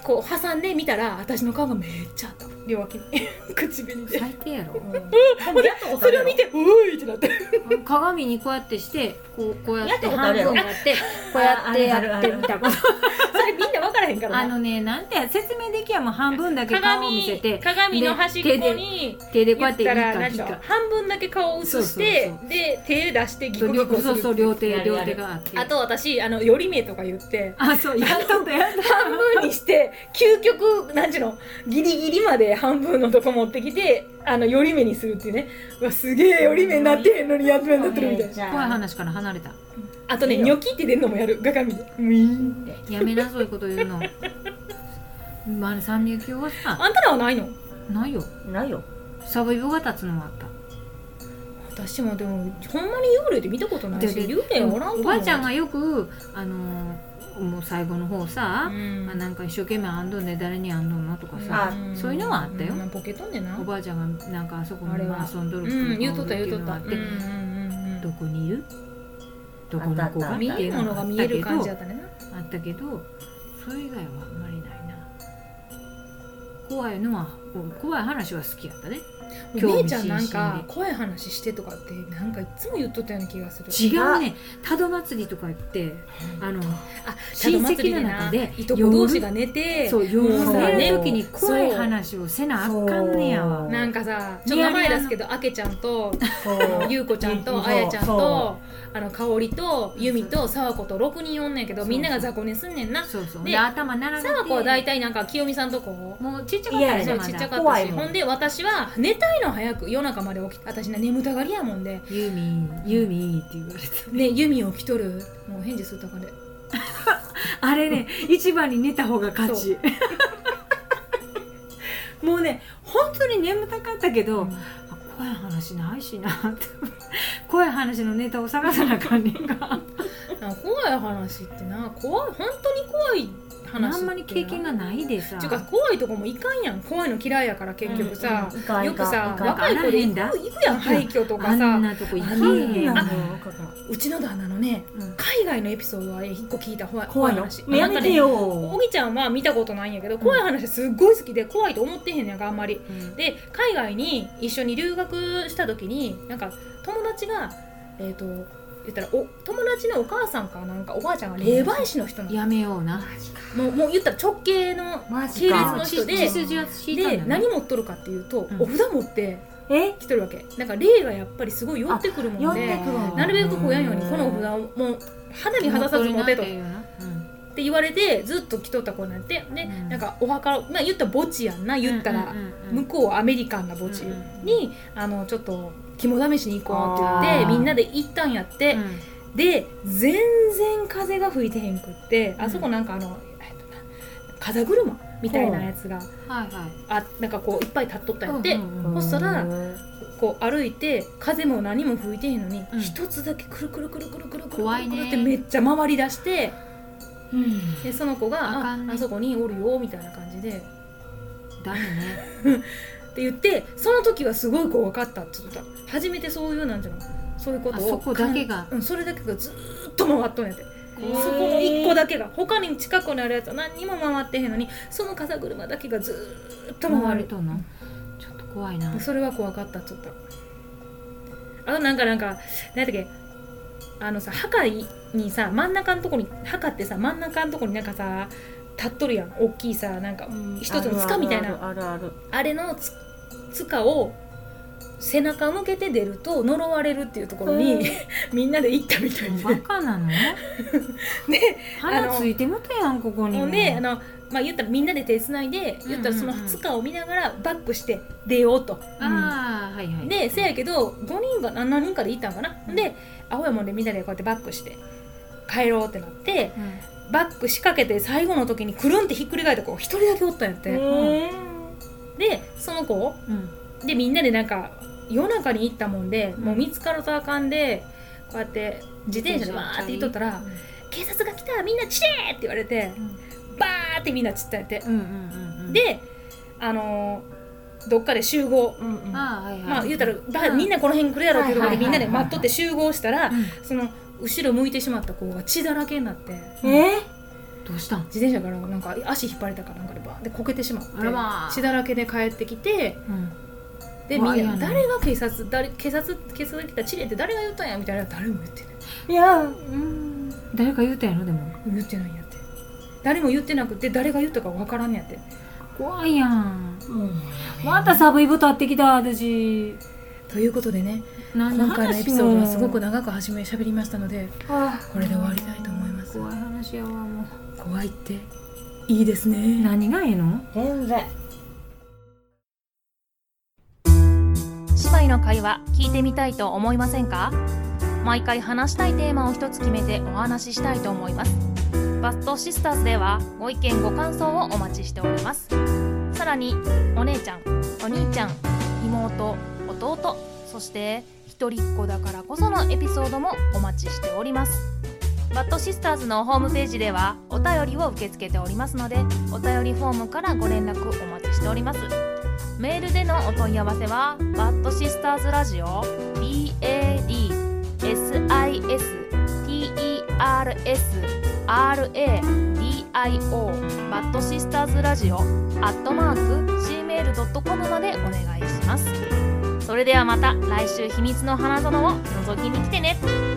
こう挟んで見たら私の顔がめっちゃあった両脇に 口紅で
最低やろ
でもやったこと
そ
ある
れ
やろ
を見て「うーい!」って なって
鏡にこうやってしてこうこうや
や
っ
ってたこと
半
あるやろ
分やってこうやって
あ
や
あるあ
っ
る
て
ある
みたいな
それみんな分からへんから
あ
な
のねなんて説明できやもう半分だけ顔を見せ
鏡
て
鏡の端っこに
手でこうや
言
っ
って
いいか
たらなん
いい
か
か
半分だけ顔を映して
そうそう
で手出してギ
そ
コ
う
ギコする
そうそう両
や
手
るや
両
る
手があって
あと私あの寄り目とか 言って
あそうやっとったやっとった
半分にして究極なんちゅうのギリギリまで半分のとこ持ってきてあの寄り目にするっていうねうわすげえ寄り目になってへんのにやつになってるみたいな
じゃあ
怖い話から離れた
あとねニョキって出るのもやる鏡で
やめなそういうこと言うのまあ三流鏡はさ
あんたらはないの
ないよ
ないよ
サボイボが立つのもあった
私もでもほんまに幽霊で見たことないし
でで
幽霊おらんと思う
おばあちゃんがよくあのーもう最後の方
う
さ、
ん
まあ、なんか一生懸命あんどんで誰にあんどんのとかさ、
あ
ん
そういうのはあったよ
んポケとんでな
おばあちゃんがなんかあそこ
あ
に
れ
ま
は
あ遊んど
う
る
ん言うとった言うとった
があ
うん
っ
う
て
んうんう
ど
ん
こにいるどこの子
あったあ
が
った
見えるものが見える感じだ
あ
っ
った
ねな
たけどあったけどそれ以外はあんまりないな怖いのは怖い話は好きやったね興
お
味
姉ちゃんなん
津々
か
で
怖い話してとかってなんかいつも言っとったような気がする
違うね多度祭りとか言ってあの
あ
親
親戚
戚
の
の
中
中
で
で
いとこ同士が寝て
そう夜
もうさ
寝る
ね
時に怖い話をせなあかんねやわ
そう
なんかさちょっと名前出すけどあけちゃんとゆうこちゃん
そ
と
う
あやちゃんと
そ
あの香織とゆみとさわこと6人おんねんけど
そう
みんなが雑魚寝すんねんなさ
そうそう
で
で頭並べて
わこは大体なんか清美さんとこ
もうちっちゃかったで
い
し
そ
ょ
や
う
ま
ちっちゃ
だ
かっ
怖
た
い
し
もん
ほんで私は寝たいの早く夜中まで起き私な眠たがりやもんで
ユーミンユーミンって言われて
ねゆみ起きとるもう返事するとかで
あれね一番に寝た方が勝ち もうね本当に眠たかったけど、
うん
あ怖い話ないしなって 怖い話のネタを探さなあかんねんが
なんか怖い話ってな怖い本当に怖い話って
あんまり経験がないでさ
っていうか怖いとこもいかんやん怖いの嫌いやから結局さ、
うんいかん
よく
い
さ
かんいか
若
ん
い子で行く
あらへんだ
行くやん廃墟と
あ
かさ
んなとこ行けへ
い
ん
かん
あ
もうかかん
うちの旦那のね
うん
海外のエピソードは一個聞いた怖い
怖いの
話
や
なん
め
か
て
ね
よ
おぎちゃんは見たことないんやけど怖い話すっごい好きで怖いと思ってへんねんかあんまりで海外に一緒に留学した時になんか友達がえっ、と言ったらお友達のお母さんかなんかおばあちゃんが霊媒師の人なの
やめような
もうもう言ったら直系の
マジ
系列
か
の人で
血筋は引いたん
で
だね
何持っとるかっていうと、
うん
お札持って
え
来てるわけだから霊がやっぱりすごい寄ってくる
寄
も
っ
ん
て
で
くるわ
なるべくこうやんようにこのお札をもう肌に肌さず持てと
本当
っ
になんていうの
て言われてずっと来とった子になってで、
うん
なんかお墓まあ言ったら墓地やんな言った
う
ら、
んうんうんうん
向こうはアメリカンな墓地
うんうん
にあのちょっと肝試しに行こうって言って
あー
みんなで行ったんやって、
うん
で全然風が吹いてへんくってあそこなんかあの、えっとな風車みたいなやつが
はいは
あなんかこういっぱい立っとったんやっ
い
て、
うんうん
そしたら
うん
こう歩いて風も何も吹いてへんのに
うん
一、つだけくるくるくるくるくるくる
怖い
く
ね
るってめっちゃ回り出して
うん
でその子が「
あか
あ
んね
あそこにおるよ」みたいな感じで
ダメね
って言ってその時はすごいこう分かったって言ってた初めてそういうなんていうのそういうことを
あそこだけが
うん、それだけがずーっと回っとんやて
へー
そこの1個だけが他に近くにあるやつは何にも回ってへんのにその風車だけがずーっと回
回
る
るとのちょっと怖いな
それは怖かったっつったあとなんかなんか何やったっけあのさ墓にさ真ん中のとこに墓ってさ真ん中のとこになんかさ立っとるやん大きいさなんか一つの塚みたいな
あるあるあるある
あれのつつかを背中向けて出ると呪われるっていうところに、
うん
みんなで行ったみたいで
バカ なの
ね
鼻ついてもたやんここに
もうねあのまあ言ったらみんなで手つないで言ったらそのつかを見ながらバックして出ようと。
ああはいはい
でせやけど5人が何人かで行ったんかな、で青山でみんなでこうやってバックして帰ろうってなって
うん
バック仕掛けて最後の時にくるんってひっくり返って子1人だけおったんやって、
へー
でその子
うん
でみんなでなんか夜中に行ったもんで、
うん
もう見つかるとあかんでこうやって自転車でわーって行っとったら
うん
「警察が来たみんな散れ!」って言われて、
ん
バーってみんな散ったんやって、
うんうんうん
であのーどっかで集合
うんうん
ああはいはい
まあ言うたら、ば
うん
みんなこの辺来るやろっていうところで
はい
みん
はいは
ない
はい
で待っとって集合した
う
ら、
ん
その後ろ向いてしまった子が血だらけになって
え
どうしたん
自転車からなんか足引っ張れたかなんかでバーンってこけてしまって
あらまあ
血だらけで帰ってきて
うん
でみ
怖い
ん
よ
な
ね
誰が警察誰警察警察が来たチレって誰が言ったんやみたいな誰も言ってない
ーいや
誰か言うたんやろでも
言ってないんやって誰も言ってなくて誰が言ったかわからんねやって
怖いやん
うん
またサブイボ立ってきた私
ということでね
何
今回のエピソードはすごく
な
長く初め喋りましたのでこれで終わりたいと思います
怖い話やわも
怖いっていいですね
う何がええの
全然
姉妹の会話聞いてみたいと思いませんか毎回話したいテーマを一つ決めてお話ししたいと思いますバストシスターズではご意見ご感想をお待ちしておりますさらにお姉ちゃんお兄ちゃん妹弟そして一人っ子だからこそのエピソードもお待ちしておりますバッドシスターズのホームページではお便りを受け付けておりますのでお便りフォームからご連絡お待ちしておりますメールでのお問い合わせはバッドシスターズラジオ BADSISTERSRADIO バッドシスターズラジオアットマーク Gmail.com までお願いしますそれではまた来週秘密の花園を覗きに来てね